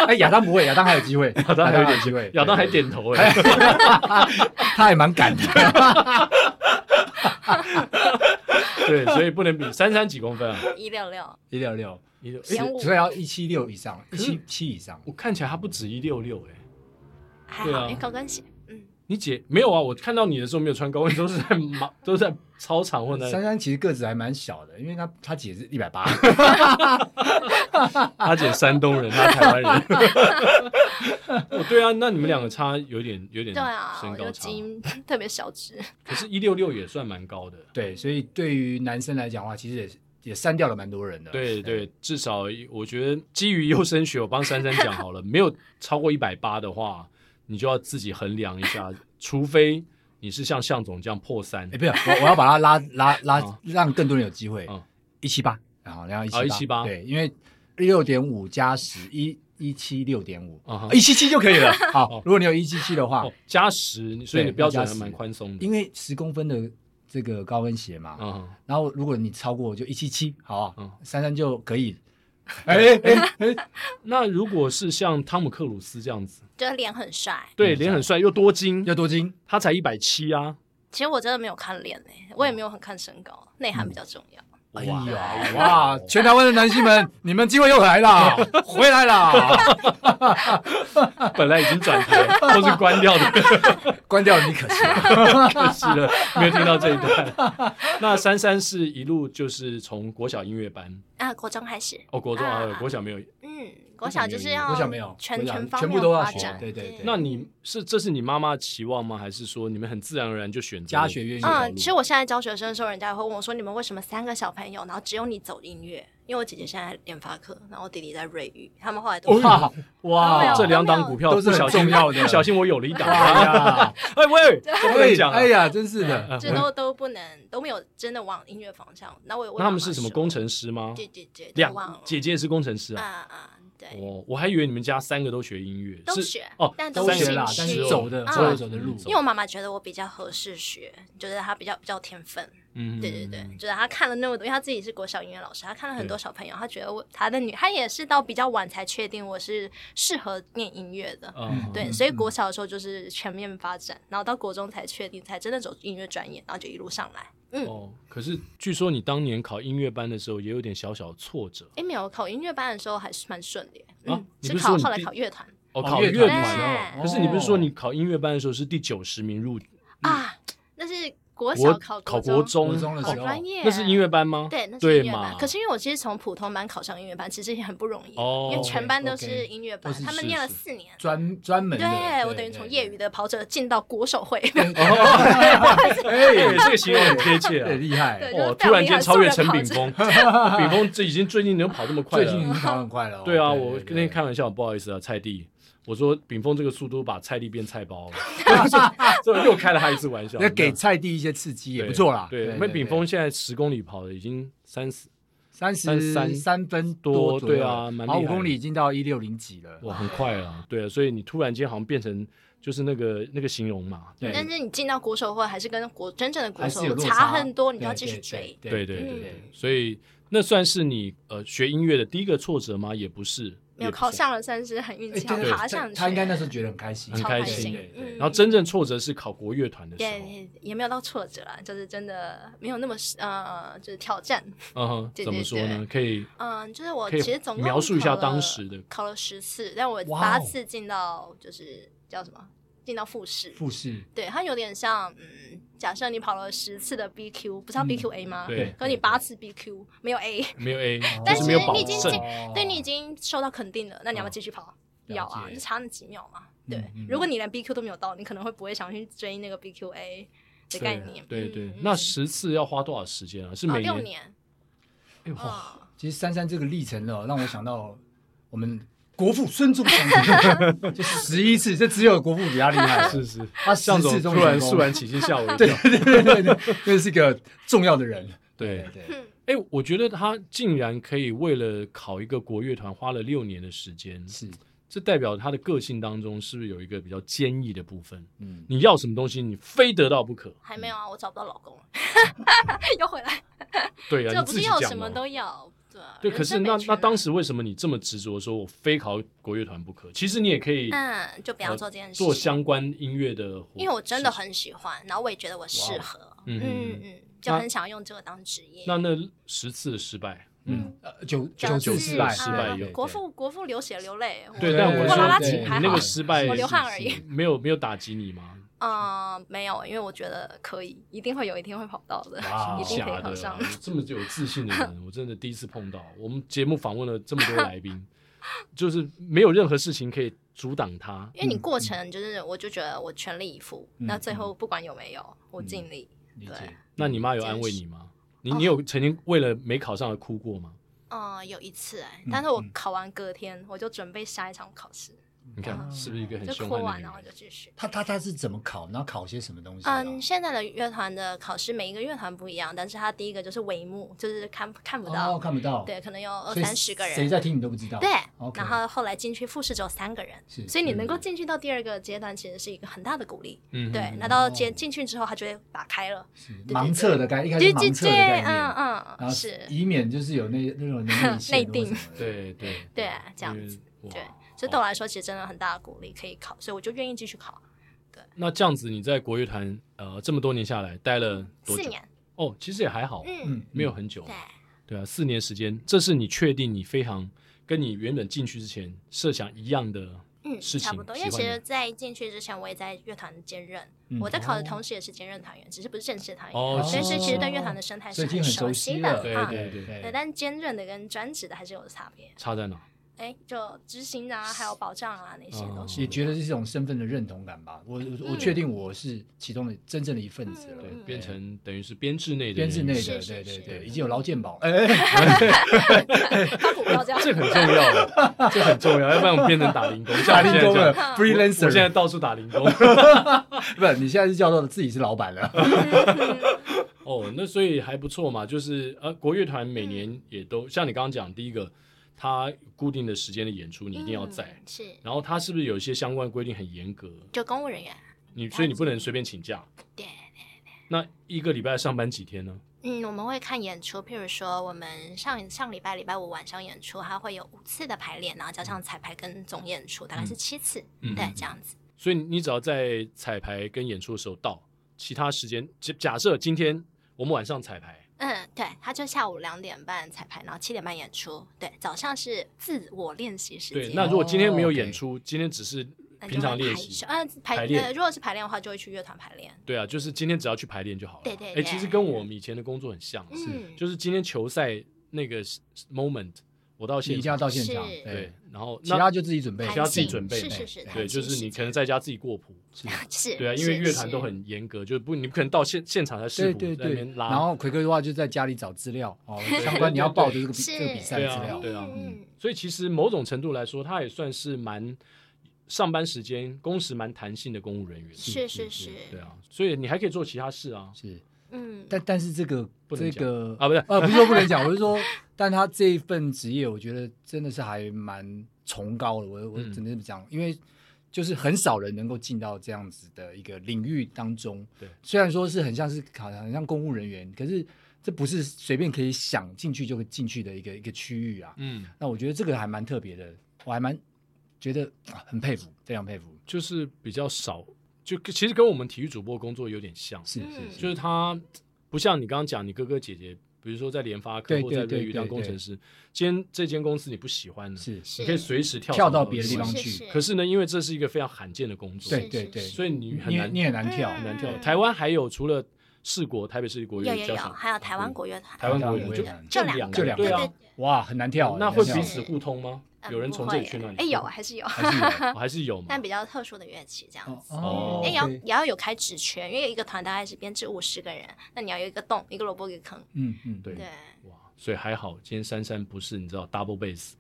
Speaker 2: 哎，亚当不会，亚当还有机会，亚
Speaker 1: 当还有点
Speaker 2: 机会
Speaker 1: 亚当还，点头哎，
Speaker 2: 他还蛮敢的，
Speaker 1: 对，所以不能比珊珊几公分啊？
Speaker 4: 一六六，
Speaker 2: 一六六，
Speaker 1: 一六，
Speaker 4: 前
Speaker 1: 哎
Speaker 4: 五
Speaker 2: 所以要一七六以上，一
Speaker 1: 是
Speaker 2: 七七以上。
Speaker 1: 我看起来他不止一六六哎。
Speaker 4: 还
Speaker 1: 对啊
Speaker 4: 好，因为高跟鞋，嗯，
Speaker 1: 你姐没有啊？我看到你的时候没有穿高跟，都是在马，都是在操场或
Speaker 2: 珊
Speaker 1: 者
Speaker 2: 珊其实个子还蛮小的，因为她她姐是一百 八，
Speaker 1: 他姐山东人，他台湾人。 哦，对啊，那你们两个差有点有点
Speaker 4: 对啊，
Speaker 1: 身
Speaker 4: 我
Speaker 1: 高
Speaker 4: 就
Speaker 1: 差
Speaker 4: 基，因 特别小只，
Speaker 1: 可是，一六六也算蛮高的。
Speaker 2: 对，所以对于男生来讲的话，其实也也删掉了蛮多人的。
Speaker 1: 对对，至少我觉得基于优生学，我帮珊珊讲好了，没有超过一百八的话，你就要自己衡量一 下，除非你是像向总这样破三
Speaker 2: 哎，，不是，我我要把它拉拉
Speaker 1: 哦
Speaker 2: 拉，让更多人有机会
Speaker 1: 嗯。
Speaker 2: 一七八，然后然后一
Speaker 1: 哦
Speaker 2: 七
Speaker 1: 178
Speaker 2: 对，因为六点五加十一一七六点五
Speaker 1: 啊哈，
Speaker 2: 一七七就可以 了。好，如果你有一七七的话
Speaker 1: 哦，，加十，所以你
Speaker 2: 对
Speaker 1: 标准
Speaker 2: 要加
Speaker 1: 还
Speaker 2: 10
Speaker 1: 蛮宽松的。
Speaker 2: 因为十公分的这个高跟鞋嘛，
Speaker 1: 嗯，
Speaker 2: 然后如果你超过就一七七，好不
Speaker 1: 嗯
Speaker 2: 好，珊珊就可 以。哎哎哎，
Speaker 1: 那如果是像汤姆克鲁斯这样子，
Speaker 4: 就是脸很帅。
Speaker 1: 对，脸很帅又多金，
Speaker 2: 要多金，
Speaker 1: 他才一百七啊！
Speaker 4: 其实我真的没有看脸诶、我也没有很看身高，内涵比较重要。
Speaker 2: 哎呀，
Speaker 1: 哇
Speaker 2: 哇！全台湾的男性们， 你们机会又来了，回来了，
Speaker 1: 本来已经转台都是关掉的，
Speaker 2: 关掉了你可惜
Speaker 1: 嗯
Speaker 2: 了。
Speaker 1: 可惜 了，没有听到这一段。那珊珊是一路就是从国小音乐班，
Speaker 4: 啊，国中开始，
Speaker 1: 哦，国中啊，
Speaker 4: 啊
Speaker 1: 国小没有。
Speaker 4: 嗯，国小就是要
Speaker 2: 国小没有
Speaker 4: 全
Speaker 2: 国小
Speaker 4: 全方
Speaker 2: 全
Speaker 4: 面
Speaker 2: 部都要
Speaker 4: 发
Speaker 2: 学
Speaker 4: 展。
Speaker 2: 对对对
Speaker 1: 那你是这是你妈妈的期望吗？还是说你们很自然而然就选择
Speaker 2: 家学渊源这条
Speaker 4: 嗯，
Speaker 2: 路
Speaker 4: 其实我现在教学生的时候，人家也会问我说：“你们为什么三个小朋友，然后只有你走音乐？”因为我姐姐现在联发科，然后我弟弟在瑞昱，他们后来都
Speaker 1: 嗯
Speaker 2: 哇
Speaker 4: 没
Speaker 2: 哇，
Speaker 4: 有
Speaker 1: 这两档股票
Speaker 2: 都是
Speaker 1: 不
Speaker 2: 很
Speaker 1: 小心
Speaker 2: 重要的
Speaker 1: 不小心我有了一档。
Speaker 2: 哎呀，
Speaker 1: 哎喂，这不能讲啊。
Speaker 2: 哎呀，真是的，
Speaker 4: 这都都不能都没有真的往音乐方向。那我有问
Speaker 1: 那他
Speaker 4: 妈
Speaker 1: 们
Speaker 4: 妈
Speaker 1: 是什么
Speaker 4: 说
Speaker 1: 工？程师吗？
Speaker 4: 对对对，都
Speaker 1: 两
Speaker 4: 忘了
Speaker 1: 姐姐也是工程师
Speaker 4: 啊
Speaker 1: 啊。
Speaker 4: 啊，对，
Speaker 1: 哦，我还以为你们家三个都学音乐，
Speaker 4: 都
Speaker 1: 是
Speaker 4: 学
Speaker 1: 哦，
Speaker 4: 但
Speaker 2: 都
Speaker 4: 都
Speaker 2: 学啦
Speaker 4: 兴，趣
Speaker 2: 但是走的
Speaker 4: 嗯
Speaker 2: 走的走的路，
Speaker 4: 因为我妈妈觉得我比较合适学，觉得她比较比较有天分，
Speaker 1: 嗯，
Speaker 4: 对对对，就是他看了那么多，因为他自己是国小音乐老师，他看了很多小朋友，他觉得我他的女，他也是到比较晚才确定我是适合念音乐的。
Speaker 1: 嗯，
Speaker 4: 对，
Speaker 2: 嗯
Speaker 4: 所以国小的时候就是全面发展，然后到国中才确定，才真的走音乐专业，然后就一路上来。嗯，
Speaker 1: 哦，可是据说你当年考音乐班的时候也有点小小挫折
Speaker 4: 诶，没有考音乐班的时候还是蛮顺利，
Speaker 1: 啊
Speaker 4: 嗯，
Speaker 1: 你
Speaker 4: 是
Speaker 1: 不是说
Speaker 4: 考
Speaker 1: 你
Speaker 4: 后来
Speaker 1: 第
Speaker 4: 考乐团
Speaker 1: 哦，
Speaker 2: 哦
Speaker 1: 考
Speaker 2: 乐
Speaker 1: 乐
Speaker 2: 团哦
Speaker 4: 团
Speaker 1: 团。啊
Speaker 4: 的时候
Speaker 1: 可是你不是说你考音乐班的时候是第九十名入
Speaker 4: 啊，那是国小考
Speaker 1: 考
Speaker 4: 国
Speaker 1: 国中哦
Speaker 2: 国中的
Speaker 4: 考
Speaker 2: 时候
Speaker 4: 专业，
Speaker 1: 那是音乐班吗？
Speaker 4: 对，那是
Speaker 1: 对
Speaker 4: 音乐
Speaker 1: 嘛
Speaker 4: 班。可是因为我其实从普通班考上音乐班，其实也很不容易，
Speaker 1: 哦
Speaker 4: 因为全班都是
Speaker 2: OK，OK，
Speaker 4: 音乐班
Speaker 2: 都，是
Speaker 4: 他们
Speaker 1: 是
Speaker 4: 念了
Speaker 1: 是
Speaker 4: 四年。
Speaker 2: 专专门的，
Speaker 4: 对我等于从业余的跑者进到国手会，对，
Speaker 1: 哎，这个形容很贴切
Speaker 2: 哎对
Speaker 1: 啊！
Speaker 2: 厉害，
Speaker 4: 对
Speaker 1: 哦，
Speaker 4: 就是
Speaker 1: 突然
Speaker 4: 非常
Speaker 1: 间
Speaker 4: 厉害
Speaker 1: 超越陈
Speaker 4: 素人
Speaker 1: 炳峰， 炳峰这已经最近能跑这么快
Speaker 2: 最近已经
Speaker 1: 了。
Speaker 2: 跑很快了哦。
Speaker 1: 对啊，我跟
Speaker 2: 对
Speaker 1: 你开玩笑，不好意思啊，菜地，我说炳峰这个速度把菜地变菜包 了，这又开了他一次玩笑。
Speaker 2: 那给菜地一些刺激也
Speaker 1: 对
Speaker 2: 不错啦。
Speaker 1: 对，我们炳峰现在十公里跑的已经三十，
Speaker 2: 三十
Speaker 1: 33
Speaker 2: 三分
Speaker 1: 多
Speaker 2: 多左右
Speaker 1: 对啊蛮厉害
Speaker 2: 跑
Speaker 1: 的
Speaker 2: 五公里已经到一六零几了。
Speaker 1: 哇，很快啊。对啊，所以你突然间好像变成就是那个那个形容嘛。
Speaker 2: 对
Speaker 4: 但是你进到国手会还是跟国真正的国
Speaker 2: 还
Speaker 4: 手
Speaker 2: 是有落
Speaker 4: 差很多，你就要继续
Speaker 2: 对
Speaker 4: 追。
Speaker 1: 对
Speaker 2: 对
Speaker 1: 对
Speaker 2: 对
Speaker 1: 对
Speaker 4: 嗯
Speaker 1: 对，所以那算是你呃学音乐的第一个挫折吗？也不是，
Speaker 4: 没
Speaker 1: 也
Speaker 4: 有
Speaker 1: 不
Speaker 4: 考
Speaker 1: 是。
Speaker 4: 上了，算是很运
Speaker 2: 哎
Speaker 4: 气好，
Speaker 2: 对对
Speaker 4: 爬上去。
Speaker 2: 他他应该那时候觉得很开心，
Speaker 1: 很
Speaker 4: 超
Speaker 1: 开
Speaker 4: 心
Speaker 1: 心
Speaker 2: 对对
Speaker 4: 嗯
Speaker 1: 然后真正挫折是考国乐团的时
Speaker 4: 也
Speaker 1: 候，
Speaker 4: 也也没有到挫折啦，就是真的没有那么呃，就是挑战。
Speaker 1: 嗯哼，
Speaker 4: 对对
Speaker 1: 怎么说呢？可以
Speaker 4: 嗯，就是我
Speaker 1: 可以
Speaker 4: 其实总共
Speaker 1: 描述一下
Speaker 4: 考了
Speaker 1: 当时的
Speaker 4: 考了十次，但我
Speaker 2: 哇
Speaker 4: 八
Speaker 2: 哦
Speaker 4: 次进到就是叫什么进到复试。
Speaker 2: 复试
Speaker 4: 对，它有点像嗯，假设你跑了十次的 BQ，不是叫
Speaker 2: 嗯
Speaker 4: BQA 吗？
Speaker 1: 对
Speaker 4: 可你八次 BQ 没有 A，
Speaker 1: 没有 A，
Speaker 2: 哦
Speaker 4: 但
Speaker 1: 就是
Speaker 4: 是
Speaker 1: 没有保
Speaker 4: 你已经
Speaker 1: 证
Speaker 4: 进，对你已经受到肯定了，那你
Speaker 1: 哦
Speaker 4: 要不要
Speaker 2: 嗯
Speaker 4: 继续跑？
Speaker 2: 了
Speaker 4: 要啊，
Speaker 2: 解
Speaker 4: 就差那几秒嘛。对，
Speaker 2: 嗯嗯
Speaker 4: 如果你连 BQ 都没有到，你可能会不会想去追那个 BQA 的概念？
Speaker 1: 对
Speaker 4: 嗯
Speaker 1: 对
Speaker 4: 嗯，
Speaker 1: 那
Speaker 4: 嗯
Speaker 1: 十次要花多少时间啊？是
Speaker 4: 啊
Speaker 1: 每
Speaker 4: 六
Speaker 1: 年？
Speaker 4: 年，
Speaker 1: 哎哇，
Speaker 4: 嗯，
Speaker 2: 其实珊珊这个历程了，让我想到我们国父孙中山，就十一次，这只有国父比他厉害，
Speaker 1: 是 是，
Speaker 2: 他十
Speaker 1: 向总
Speaker 2: 次
Speaker 1: 突
Speaker 2: 中
Speaker 1: 然
Speaker 2: 成
Speaker 1: 肃
Speaker 2: 功。
Speaker 1: 然起敬 吓我一
Speaker 2: 对
Speaker 1: 跳。
Speaker 2: 对对对对，这是一个重要的人。
Speaker 1: 对，
Speaker 2: 对，
Speaker 1: 哎，我觉得他竟然可以为了考一个国乐团花了六年的时间，
Speaker 2: 是，
Speaker 1: 这代表他的个性当中是不是有一个比较坚毅的部分？
Speaker 2: 嗯，
Speaker 1: 你要什么东西，你非得到不可。
Speaker 4: 还没有啊，我找不到老 公，又回来，
Speaker 1: 对啊，
Speaker 4: 这
Speaker 1: 你
Speaker 4: 不
Speaker 1: 自
Speaker 4: 是
Speaker 1: 己
Speaker 4: 要
Speaker 1: 讲
Speaker 4: 什
Speaker 1: 嘛
Speaker 4: 么都要。对啊，
Speaker 1: 对，
Speaker 4: 人
Speaker 1: 可是
Speaker 4: 生
Speaker 1: 那
Speaker 4: 没
Speaker 1: 那
Speaker 4: 缺
Speaker 1: 当时为什么你这么执着，说我非考国乐团不可？其实你也可以
Speaker 4: 嗯，就不要
Speaker 1: 呃
Speaker 4: 做这件事，
Speaker 1: 做相关音乐的活，
Speaker 4: 因为我真的
Speaker 1: 事
Speaker 4: 很喜欢，然后我也觉得我适合，
Speaker 1: 嗯
Speaker 4: 嗯嗯，就
Speaker 1: 那
Speaker 4: 很想用这个当职
Speaker 1: 情。。
Speaker 4: 业
Speaker 1: 那那十次的失败，
Speaker 2: 嗯，呃九
Speaker 4: 九
Speaker 2: 九次
Speaker 4: 次
Speaker 2: 失败，
Speaker 1: 失败
Speaker 4: 啊
Speaker 1: 有
Speaker 4: 国父国父流血流泪，
Speaker 1: 对，
Speaker 2: 对
Speaker 1: 但我
Speaker 4: 我拉拉
Speaker 1: 说
Speaker 2: 对
Speaker 4: 琴
Speaker 1: 你
Speaker 4: 还
Speaker 1: 那
Speaker 4: 好
Speaker 1: 个，失败
Speaker 4: 我流汗而已。
Speaker 1: 没有没有打击你吗？
Speaker 4: 嗯，没有，因为我觉得可以，一定会有一天会跑到的，
Speaker 2: 哇
Speaker 4: 一定可
Speaker 1: 假
Speaker 4: 以考
Speaker 1: 的
Speaker 4: 上
Speaker 1: 啊，。 这么有自信的人，我真的第一次碰到。我们节目访问了这么多来宾，就是没有任何事情可以阻挡他。
Speaker 4: 因为你过程就是，我就觉得我全力以赴，
Speaker 2: 嗯
Speaker 4: 那最后不管有没有，我尽
Speaker 1: 嗯
Speaker 4: 力。
Speaker 2: 理
Speaker 4: 对
Speaker 2: 解。
Speaker 1: 那你妈有安慰你吗？你你有曾经为了没考上而哭过吗？
Speaker 4: 嗯，有一次哎
Speaker 2: 嗯，
Speaker 4: 但是我考完隔天，我就准备下一场考试，
Speaker 1: 你看
Speaker 2: 啊
Speaker 1: 是不是一个很
Speaker 4: 嗯就
Speaker 1: 凶
Speaker 4: 哭
Speaker 1: 悍的
Speaker 4: 完
Speaker 1: 女
Speaker 4: 然后
Speaker 1: 人？
Speaker 4: 就继续。
Speaker 2: 他他他是怎么考？然后考些什么东西啊？
Speaker 4: 嗯，现在的乐团的考试每一个乐团不一样，但是它第一个就是帷幕，就是看看不
Speaker 2: 哦，
Speaker 4: 到，
Speaker 2: 看不到，
Speaker 4: 对，可能有二
Speaker 2: 所以
Speaker 4: 三十个人，
Speaker 2: 谁在听你都不知道。
Speaker 4: 对
Speaker 2: OK
Speaker 4: 然后后来进去复试只有三个人，
Speaker 2: 是
Speaker 4: 所以你能够进去到第二个阶段，其实是一个很大的鼓励。
Speaker 1: 嗯
Speaker 4: 对，那
Speaker 2: 哦
Speaker 4: 到阶进去之后，它就会打开了，
Speaker 2: 是
Speaker 4: 对
Speaker 2: 盲测的概，一开始
Speaker 4: 对
Speaker 2: 是
Speaker 4: 对
Speaker 2: 盲测的概
Speaker 4: 对，
Speaker 2: 念，
Speaker 4: 嗯
Speaker 2: 然
Speaker 4: 嗯，
Speaker 2: 后
Speaker 4: 是，
Speaker 2: 以免就是有那那 种内线
Speaker 4: 内定
Speaker 2: 或什么的，
Speaker 1: 对对
Speaker 4: 对， 啊这样
Speaker 1: 因为
Speaker 4: 子，
Speaker 1: 哇
Speaker 4: 对，所以对我来说其实真的很大的鼓励，可以考，所以我就愿意继续考
Speaker 1: 那这样子，你在国乐团呃这么多年下来待了多
Speaker 4: 四
Speaker 1: 久？
Speaker 4: 年，
Speaker 1: 哦，其实也还好，
Speaker 4: 嗯，
Speaker 2: 嗯，
Speaker 1: 没有很久
Speaker 4: 对。，
Speaker 1: 对啊，四年时间，这是你确定你非常跟你原本进去之前设想一样的
Speaker 4: 嗯，
Speaker 1: 事情
Speaker 4: 差不多。因为
Speaker 1: 喜
Speaker 4: 其
Speaker 1: 欢的
Speaker 4: 实，在进去之前，我也在乐团兼任，
Speaker 2: 嗯
Speaker 4: 我在考的
Speaker 2: 哦
Speaker 4: 同时也是兼任团员，只是不是正式团
Speaker 1: 哦
Speaker 4: 员，所以是其实对乐团的
Speaker 2: 哦
Speaker 4: 生态
Speaker 2: 所
Speaker 4: 是
Speaker 2: 以已经很
Speaker 4: 熟
Speaker 2: 熟
Speaker 4: 悉
Speaker 2: 悉
Speaker 4: 的
Speaker 2: 了，，
Speaker 1: 对
Speaker 4: 嗯
Speaker 1: 对
Speaker 4: 对，但兼任的跟专职的还是有差别。
Speaker 1: 差在哪？
Speaker 4: 哎，就执行啊，还有保障啊那些都
Speaker 1: 哦
Speaker 4: 是。
Speaker 2: 也觉得是一种身份的认同感吧。我我我确定我是其中的真正的一份子了
Speaker 1: 对，，
Speaker 4: 嗯
Speaker 1: 变成等于是编制内的
Speaker 2: 编制
Speaker 1: 人
Speaker 2: 内
Speaker 1: 员
Speaker 2: 的，
Speaker 4: 是
Speaker 2: 对对
Speaker 4: 是是
Speaker 2: 对，已经有劳健保，哎，
Speaker 4: 发股票这样，
Speaker 1: 这很重 要，这很重要，要不然我们变成打零工，
Speaker 2: 打零工
Speaker 4: 嗯
Speaker 2: 了
Speaker 1: 我
Speaker 2: ，freelancer，
Speaker 1: 我现在到处打零 工。
Speaker 2: 不，你现在是叫做自己是老板 了，
Speaker 1: 哦，那所以还不错嘛，就是呃，国乐团每年也
Speaker 2: 嗯
Speaker 1: 都像你刚刚讲，第一个，它固定的时间的演出你一定要在，
Speaker 4: 嗯是，
Speaker 1: 然后它是不是有一些相关规定很严格？
Speaker 4: 就公务人员，
Speaker 1: 你所以你不能随便请假。
Speaker 4: 对
Speaker 1: 那一个礼拜上班几天呢？
Speaker 4: 嗯，我们会看演出，譬如说我们上上礼拜礼拜五晚上演出，它会有五次的排练，然后加上彩排跟总演出，大概是七次，
Speaker 1: 嗯
Speaker 4: 对
Speaker 1: 嗯，
Speaker 4: 这样子。
Speaker 1: 所以你只要在彩排跟演出的时候到，其他时间假假设今天我们晚上彩排，
Speaker 4: 嗯，对，他就下午两点半彩排，然后七点半演出。对，早上是自我练习时
Speaker 1: 对，
Speaker 4: 间。
Speaker 1: 那如果今天没有
Speaker 2: 哦
Speaker 1: 演
Speaker 2: ，OK
Speaker 1: 出，今天只是
Speaker 4: 那就
Speaker 1: 平常
Speaker 4: 会
Speaker 1: 练
Speaker 4: 排
Speaker 1: 习
Speaker 4: 一，嗯、排
Speaker 1: 排练
Speaker 4: 呃，如果是排练的话，就会去乐团排练。
Speaker 1: 对啊，就是今天只要去排练就好了。
Speaker 4: 对对
Speaker 1: 哎，
Speaker 4: 对
Speaker 1: 其实跟我们以前的工作很像，啊
Speaker 4: 嗯，
Speaker 1: 就是今天球赛那个 moment，我到
Speaker 2: 你
Speaker 1: 现
Speaker 2: 一定要
Speaker 1: 场，
Speaker 2: 到现场，
Speaker 1: 对
Speaker 4: 是
Speaker 2: 对，，
Speaker 1: 然后
Speaker 2: 其
Speaker 1: 那
Speaker 2: 他就自己准备，
Speaker 4: 弹
Speaker 1: 其他自己
Speaker 4: 性
Speaker 1: 准备
Speaker 4: 是是
Speaker 2: 对
Speaker 4: 是，
Speaker 1: 对，
Speaker 4: 弹
Speaker 1: 就
Speaker 4: 性
Speaker 1: 是你
Speaker 4: 时
Speaker 1: 可能
Speaker 4: 间
Speaker 1: 在家自己过 谱，
Speaker 4: 是，
Speaker 1: 对啊，因为
Speaker 4: 是
Speaker 1: 乐团
Speaker 4: 是
Speaker 1: 都很严格，就是不你不可能到现现场才试
Speaker 2: 对
Speaker 1: 谱
Speaker 2: 对
Speaker 1: 在那
Speaker 2: 对
Speaker 1: 边，拉，
Speaker 2: 然后奎哥的话就在家里找资料 哦
Speaker 1: 对，
Speaker 2: 相关你要报的这个比
Speaker 4: 是
Speaker 2: 这个比赛
Speaker 1: 对
Speaker 2: 的
Speaker 1: 啊
Speaker 2: 资料，
Speaker 1: 对啊
Speaker 4: 嗯，
Speaker 1: 所以其实某种程度来说，他也算是蛮上班时间工时蛮弹性的公务人员。
Speaker 4: 是
Speaker 2: 是
Speaker 4: 是是，
Speaker 1: 对啊，所以你还可以做其他事啊。
Speaker 2: 是，
Speaker 4: 嗯，
Speaker 2: 但但是这个
Speaker 1: 不能
Speaker 2: 这
Speaker 1: 讲
Speaker 2: 个
Speaker 1: 啊不是
Speaker 2: 呃，不是说不能讲，我是说， 但他这一份职业，我觉得真的是还蛮崇高的。我我
Speaker 1: 嗯
Speaker 2: 只能这么讲，因为就是很少人能够进到这样子的一个领域当中。
Speaker 1: 对
Speaker 2: 虽然说是很像是好像很像公务人员，可是这不是随便可以想进去就会进去的一个一个区域啊。
Speaker 1: 嗯，
Speaker 2: 那我觉得这个还蛮特别的，我还蛮觉得啊很佩服，非常佩服。
Speaker 1: 就是比较少，就其实跟我们体育主播工作有点像，
Speaker 2: 是
Speaker 4: 嗯
Speaker 2: 是，
Speaker 1: 就是是他不像你刚刚讲你哥哥姐姐，比如说在联发科
Speaker 2: 对
Speaker 1: 或在
Speaker 2: 对
Speaker 1: 瑞
Speaker 2: 对
Speaker 1: 昱当
Speaker 2: 对
Speaker 1: 工
Speaker 2: 对
Speaker 1: 程师，今天这间公司你不喜欢的，
Speaker 2: 是
Speaker 1: 你可以
Speaker 4: 是
Speaker 1: 随时跳
Speaker 2: 跳
Speaker 1: 槽
Speaker 2: 到别的地
Speaker 1: 公
Speaker 2: 方
Speaker 1: 司
Speaker 4: 是
Speaker 2: 去
Speaker 4: 是
Speaker 1: 可是呢，因为这是一个非常罕见的工作，
Speaker 2: 对
Speaker 4: 是
Speaker 2: 对
Speaker 4: 是
Speaker 2: 对，
Speaker 4: 是
Speaker 1: 所以你很
Speaker 2: 你
Speaker 1: 难
Speaker 2: 你很难跳，
Speaker 4: 嗯
Speaker 1: 很难跳。
Speaker 4: 嗯
Speaker 1: 台湾还有除了四国台北市立国
Speaker 4: 有
Speaker 1: 乐
Speaker 4: 有
Speaker 1: 交
Speaker 4: 有，
Speaker 1: 响，
Speaker 4: 还有台湾国乐团，
Speaker 1: 啊嗯台湾国
Speaker 2: 国
Speaker 1: 乐
Speaker 2: 乐
Speaker 1: 就
Speaker 2: 团
Speaker 4: 就
Speaker 1: 两
Speaker 4: 两
Speaker 2: 个
Speaker 1: 对
Speaker 2: 对
Speaker 1: 啊
Speaker 2: 对，哇，很难跳，
Speaker 1: 哦
Speaker 2: 欸
Speaker 1: 那
Speaker 2: 很
Speaker 1: 会
Speaker 2: 难
Speaker 1: 彼
Speaker 2: 跳
Speaker 1: 此互通吗？
Speaker 4: 呃
Speaker 1: 有人
Speaker 4: 不
Speaker 1: 从这里
Speaker 4: 会
Speaker 1: 去那里？
Speaker 4: 哎，有啊，还是有，
Speaker 2: 还是有
Speaker 1: 哦，还是有嘛？
Speaker 4: 但比较特殊的乐器这样子。
Speaker 1: 哦
Speaker 4: 哎，也要
Speaker 2: OK
Speaker 4: 也要有开职缺，因为一个团大概是编制五十个人，那你要有一个洞，一个萝卜一个坑。
Speaker 2: 嗯嗯，
Speaker 1: 对
Speaker 4: 对，
Speaker 1: 哇，所以还好，今天珊珊不是你知道 double bass，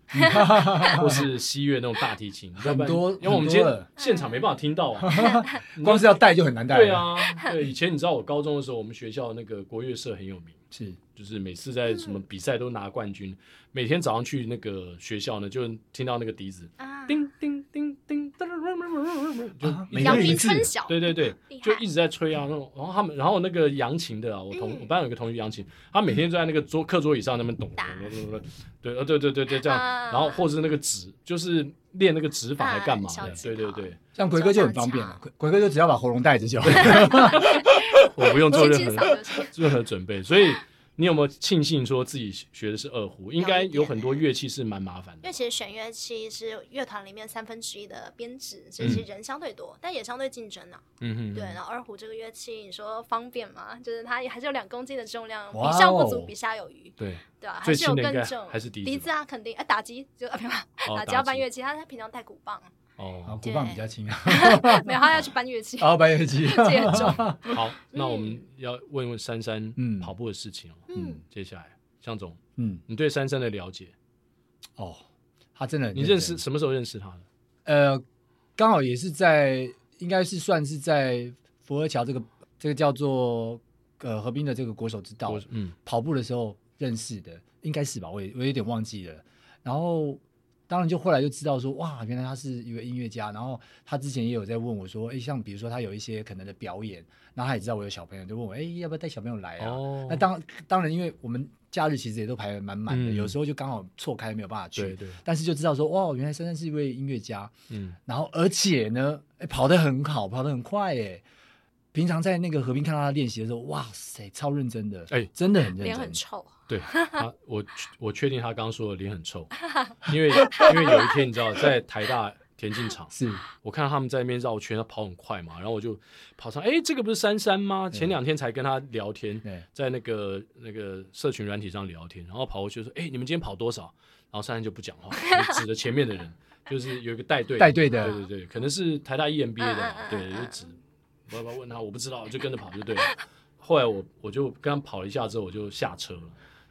Speaker 1: 或是西乐那种大提琴，要不然
Speaker 2: 很多
Speaker 1: 因为我们
Speaker 2: 很多
Speaker 1: 今天
Speaker 2: 了
Speaker 1: 现场没办法听到啊。
Speaker 2: 光是要带就很难带。
Speaker 1: 对，啊，对，以前你知道我高中的时候，我们学校那个国乐社很有名。
Speaker 2: 是
Speaker 1: 就是每次在什么
Speaker 4: 嗯
Speaker 1: 比赛都拿冠军，每天早上去那个学校呢，就听到那个笛子
Speaker 4: 啊，
Speaker 1: 叮叮叮叮，哒哒哒哒哒
Speaker 2: 啊
Speaker 1: 哒就
Speaker 2: 每
Speaker 1: 一直
Speaker 2: 个
Speaker 4: 阳
Speaker 2: 人
Speaker 4: 明
Speaker 2: 是
Speaker 4: 春晓，
Speaker 1: 对对对
Speaker 4: 厉，害
Speaker 1: 就一直在吹啊，那种。然后他们，然后那个扬琴的啊，我同
Speaker 4: 嗯
Speaker 1: 我班有一个同学扬琴，他每天就在那个桌课桌椅上那边咚咚
Speaker 4: 打
Speaker 1: 咚咚咚，对，呃，对对对对，这样，
Speaker 4: 啊
Speaker 1: 然后或者是那个指，就是练那个指法
Speaker 4: 啊
Speaker 1: 还干嘛
Speaker 4: 小
Speaker 1: 的？对
Speaker 4: 指
Speaker 1: 对
Speaker 4: 头
Speaker 1: 对，
Speaker 2: 像奎哥就很方便了，奎奎哥就只要把喉咙带着就好。
Speaker 1: 我不用做
Speaker 4: 轻
Speaker 1: 任
Speaker 4: 轻扫
Speaker 1: 何
Speaker 4: 就行。
Speaker 1: 任何准备，所以。你有没有庆幸说自己学的是二胡？应该
Speaker 4: 有一
Speaker 1: 有
Speaker 4: 点
Speaker 1: 很多乐器是蛮麻烦
Speaker 4: 因
Speaker 1: 的
Speaker 4: 为。其实选乐器是乐团里面三分之一的编制，所以其实人相对多，但也相对竞争啊。
Speaker 1: 嗯哼，
Speaker 4: 对，然后二胡这个乐器，你说方便吗？就是它也还是有两公斤的重量，
Speaker 2: 哇哦
Speaker 4: 比上不足，比下有余，
Speaker 1: 对，
Speaker 4: 对吧、
Speaker 1: 最
Speaker 4: 还是
Speaker 1: 轻
Speaker 4: 有
Speaker 1: 的应
Speaker 4: 更
Speaker 1: 该
Speaker 4: 重，
Speaker 1: 还是笛子
Speaker 4: 笛子啊，肯定。哎，打击就啊，没有，
Speaker 1: 哦
Speaker 4: 打击要搬乐器，他他平常带鼓 棒，
Speaker 2: 好，
Speaker 1: 哦。
Speaker 2: 鼓啊棒比较轻，
Speaker 4: 没有，他要去搬乐器，
Speaker 2: 然后白乐器，
Speaker 4: 这也 重。
Speaker 1: 好，那我们要问问珊珊
Speaker 2: 嗯
Speaker 1: 跑步的事情哦。
Speaker 4: 嗯，
Speaker 1: 接下来，向总，
Speaker 2: 嗯，
Speaker 1: 你对珊珊的了解，
Speaker 2: 哦，他真的很
Speaker 1: 你认识
Speaker 2: 真？
Speaker 1: 什么时候认识他的？
Speaker 2: 呃，刚好也是在，应该是算是在佛尔桥这个这个叫做呃河滨的这个国手之道
Speaker 1: 我，嗯，
Speaker 2: 跑步的时候认识的，应该是吧？我也我有点忘记了。然后当然就后来就知道说，哇，原来他是一位音乐家。然后他之前也有在问我说，哎，像比如说他有一些可能的表演，然后他也知道我有小朋友，就问我，哎，要不要带小朋友来啊？
Speaker 1: 哦
Speaker 2: 那当当然，因为我们假日其实也都排得满满的，
Speaker 1: 嗯
Speaker 2: 有时候就刚好错开没有办法去。
Speaker 1: 对对，
Speaker 2: 但是就知道说，哇，原来珊珊是一位音乐家。
Speaker 1: 嗯，
Speaker 2: 然后而且呢，诶跑得很好，跑得很快诶。平常在那个河滨看到他练习的时候，哇塞，超认真的，
Speaker 1: 哎
Speaker 2: 真的很认
Speaker 4: 嗯脸
Speaker 2: 真，
Speaker 4: 很臭，
Speaker 1: 对，他我我确定他刚刚说的脸很臭，因为因为有一天你知道在台大田径场，
Speaker 2: 是
Speaker 4: 啊
Speaker 1: 我看到他们在那边绕圈，他跑很快嘛，然后我就跑上，哎，这个不是珊珊吗？前
Speaker 2: 嗯
Speaker 1: 两天才跟他聊天，
Speaker 2: 对，
Speaker 1: 在那个那个社群软体上聊天，然后跑过去说：“哎、你们今天跑多少？”然后珊珊就不讲话，就指着前面的人，就是有一个带队
Speaker 2: 带队的
Speaker 1: 对对对，可能是台大 E EMBA 的，
Speaker 4: 嗯嗯嗯
Speaker 1: 对，
Speaker 4: 嗯
Speaker 1: 就指我要不要问他，我不知道，我就跟着跑就对了。后来我我就跟他跑了一下之后，我就下车了。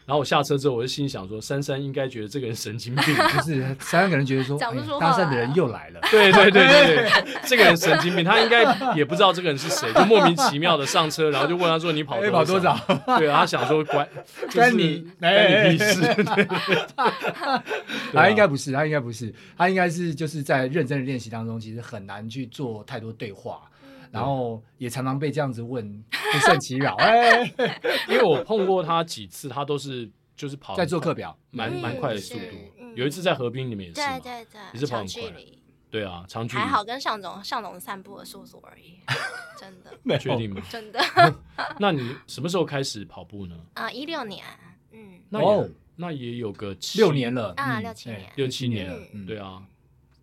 Speaker 1: 然后我下车之后，我就心想说，珊珊应该觉得这个人神经病，
Speaker 2: 就是珊珊可能觉得 说，
Speaker 4: 讲不
Speaker 2: 哎
Speaker 4: 出话
Speaker 2: 搭讪的
Speaker 4: 来
Speaker 2: 人
Speaker 4: 啊
Speaker 2: 又来了，
Speaker 1: 对对对对对，这个人神经病，他应该也不知道这个人是谁，就莫名其妙的上车，然后就问他说：“你跑
Speaker 2: 哎跑多少？
Speaker 1: 对啊，他想说关
Speaker 2: 关
Speaker 1: 就是
Speaker 2: 你
Speaker 1: 关你
Speaker 2: 哎
Speaker 1: 屁事，对对对对啊
Speaker 2: 他应该不是，他应该不是，他应该是就是在认真的练习当中，其实很难去做太多对话。
Speaker 4: 嗯
Speaker 2: 然后也常常被这样子 问，不胜其扰。 哎，
Speaker 1: 因为我碰过他几次，他都是就是跑
Speaker 2: 在做课表，
Speaker 1: 蛮蛮快的速
Speaker 4: 嗯是
Speaker 1: 度。
Speaker 4: 嗯
Speaker 1: 有一次在河滨，你们也是嘛
Speaker 4: 对对对，
Speaker 1: 也是跑
Speaker 4: 长
Speaker 1: 很
Speaker 4: 距
Speaker 1: 快
Speaker 4: 离，
Speaker 1: 对啊，长距离
Speaker 4: 还好跟向总向总散步的速度而已， 真的
Speaker 1: 确定 吗？
Speaker 4: 真的
Speaker 1: 那你什么时候开始跑步呢？
Speaker 4: 啊，一六年，嗯
Speaker 1: 那
Speaker 2: 哦
Speaker 1: 也那也有个七
Speaker 2: 六年了
Speaker 4: 啊，
Speaker 2: 嗯
Speaker 4: 六七
Speaker 2: 哎
Speaker 4: 年，
Speaker 1: 六七年
Speaker 2: 了
Speaker 1: 了，
Speaker 2: 嗯
Speaker 1: 对啊，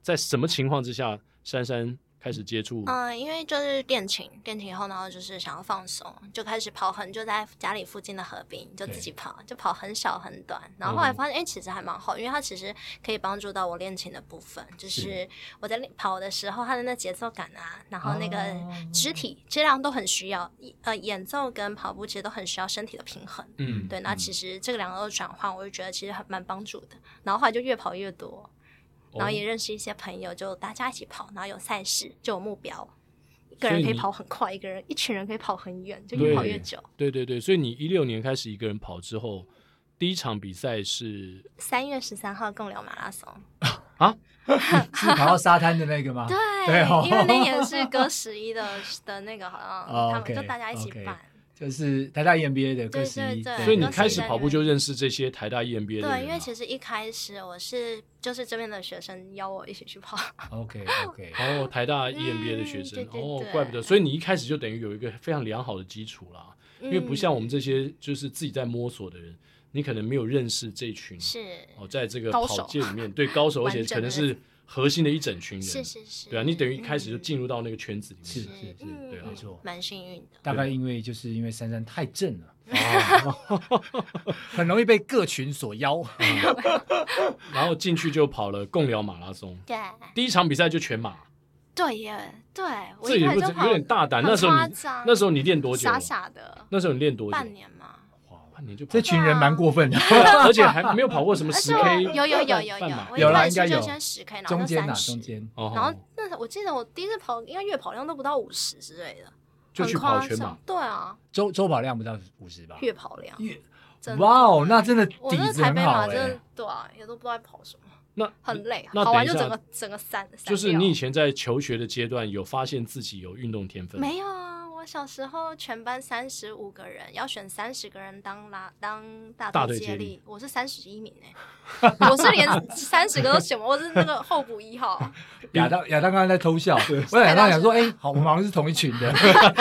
Speaker 1: 在什么情况之下，珊珊开始接触？
Speaker 4: 嗯，因为就是练琴，练琴以后，然后就是想要放松，就开始跑很，就在家里附近的河滨，就自己跑，就跑很小很短。然后后来发现，哎、其实还蛮好，因为它其实可以帮助到我练琴的部分，就是我在练跑的时候，它的那节奏感啊，然后那个
Speaker 2: 哦
Speaker 4: 肢体这两都很需要，呃，演奏跟跑步其实都很需要身体的平衡。
Speaker 1: 嗯，
Speaker 4: 对，那其实这两个的转换，我就觉得其实很蛮帮助的。然后后来就越跑越多，然后也
Speaker 1: 哦
Speaker 4: 认识一些朋友，就大家一起跑，然后有赛事，就有目标。一个
Speaker 1: 所以
Speaker 4: 人可以
Speaker 1: 你
Speaker 4: 跑很快，一个人一群人可以跑很远，就越跑越
Speaker 1: 对
Speaker 4: 久。
Speaker 1: 对对对，所以你一六年开始一个人跑之后，第一场比赛是
Speaker 4: 三月十三号共聊马拉松，
Speaker 1: 啊
Speaker 2: 是 跑到沙滩的那个吗？
Speaker 4: 对，
Speaker 2: 对哦
Speaker 4: 因为那年是歌十一的的那个，好像
Speaker 2: 哦
Speaker 4: 他们
Speaker 2: OK，
Speaker 4: 就大家一起
Speaker 2: OK
Speaker 4: 办。
Speaker 2: 就是台大 E EMBA 的
Speaker 4: 对
Speaker 2: 歌十一，
Speaker 4: 对对
Speaker 1: 所以你
Speaker 4: 那
Speaker 1: 开始
Speaker 4: 现在
Speaker 1: 跑步
Speaker 4: 人
Speaker 1: 就认识这些台大 EMBA 的人啊、
Speaker 4: 对，因为其实一开始我是就是这边的学生邀我一起去跑，
Speaker 2: OK OK，
Speaker 1: 哦，台大 EMBA 的学生，
Speaker 4: 嗯对对
Speaker 1: 哦，
Speaker 4: 对
Speaker 1: 怪不得，所以你一开始就等于有一个非常良好的基础啦，
Speaker 4: 因
Speaker 1: 因为不像
Speaker 4: 嗯
Speaker 1: 我们这些就是自己在摸索的人，你可能没有认识这群
Speaker 4: 是
Speaker 1: 哦，在这个
Speaker 4: 高手
Speaker 1: 跑界里面对高手，而
Speaker 4: 完
Speaker 1: 且
Speaker 4: 整
Speaker 1: 可能
Speaker 4: 的
Speaker 1: 是核心的一整群人，
Speaker 4: 是是是，
Speaker 1: 对啊，你等于一开始就
Speaker 4: 嗯
Speaker 1: 进入到那个圈子里面，
Speaker 2: 是是是，
Speaker 4: 嗯
Speaker 1: 对啊
Speaker 2: 没错
Speaker 4: 蛮幸运的。
Speaker 2: 大概因为就是因为珊珊太正 了。哦 很容易被各群所 邀，
Speaker 1: 然后进去就跑了共聊马拉松，
Speaker 4: 对
Speaker 1: 第一场比赛就全马，
Speaker 4: 对耶，对我
Speaker 1: 这
Speaker 4: 一
Speaker 1: 也
Speaker 4: 开
Speaker 1: 不
Speaker 4: 始
Speaker 1: 是
Speaker 4: 就跑
Speaker 1: 有点大胆。
Speaker 4: 很
Speaker 1: 那时候
Speaker 4: 夸
Speaker 1: 你
Speaker 4: 张
Speaker 1: 那时候你练多久？
Speaker 4: 傻傻的，
Speaker 1: 那时候你练多久？
Speaker 4: 半年嘛。
Speaker 1: 哇，半年就跑
Speaker 2: 这群人蛮过分 的。
Speaker 4: 啊
Speaker 1: 而且还没有跑过什么
Speaker 4: 而
Speaker 1: 十
Speaker 4: 且我
Speaker 1: K，
Speaker 4: 有有有有
Speaker 1: 半
Speaker 4: 有
Speaker 1: 马，
Speaker 4: 我
Speaker 2: 有
Speaker 4: 一
Speaker 2: 啦
Speaker 4: 开
Speaker 2: 应
Speaker 4: 始
Speaker 2: 该
Speaker 4: 就
Speaker 2: 有
Speaker 4: 先十 K，然后
Speaker 2: 中
Speaker 4: 就
Speaker 2: 间呐、
Speaker 4: 三
Speaker 2: 啊，
Speaker 4: 十，
Speaker 2: 中间
Speaker 1: 哦
Speaker 4: 然后那时候我记得我第一次跑，应该月跑量都不到五十之类的，
Speaker 1: 就
Speaker 4: 很
Speaker 1: 去
Speaker 4: 夸
Speaker 1: 跑全
Speaker 4: 张
Speaker 1: 马，
Speaker 4: 对啊，
Speaker 2: 周周跑量不到五十吧？
Speaker 4: 月跑量，
Speaker 2: 月
Speaker 4: 真的
Speaker 2: 哇哦，那真的
Speaker 4: 我
Speaker 2: 底
Speaker 4: 那
Speaker 2: 子
Speaker 4: 台
Speaker 2: 很
Speaker 4: 北
Speaker 2: 好
Speaker 4: 马
Speaker 2: 哎、
Speaker 4: 真的对啊，也都不知道在跑什么，
Speaker 1: 那
Speaker 4: 很累，
Speaker 1: 欸
Speaker 4: 啊
Speaker 1: 那
Speaker 4: 跑完
Speaker 1: 等
Speaker 4: 就
Speaker 1: 一下
Speaker 4: 整个整个散，散
Speaker 1: 就是你
Speaker 4: 掉
Speaker 1: 以前在求学的阶段有发现自己有运动天分吗？
Speaker 4: 没有啊，我小时候全班三十五个人，要选三十个人当拉当大
Speaker 1: 大
Speaker 4: 队
Speaker 1: 队接
Speaker 4: 接
Speaker 1: 力
Speaker 4: 力，我是三十一名哎、 我是连三十个都选不，我是那个候补一 号，
Speaker 2: 亚当亚当刚才在偷笑，我亚当想 说，哎、好，我们好像是同一群的，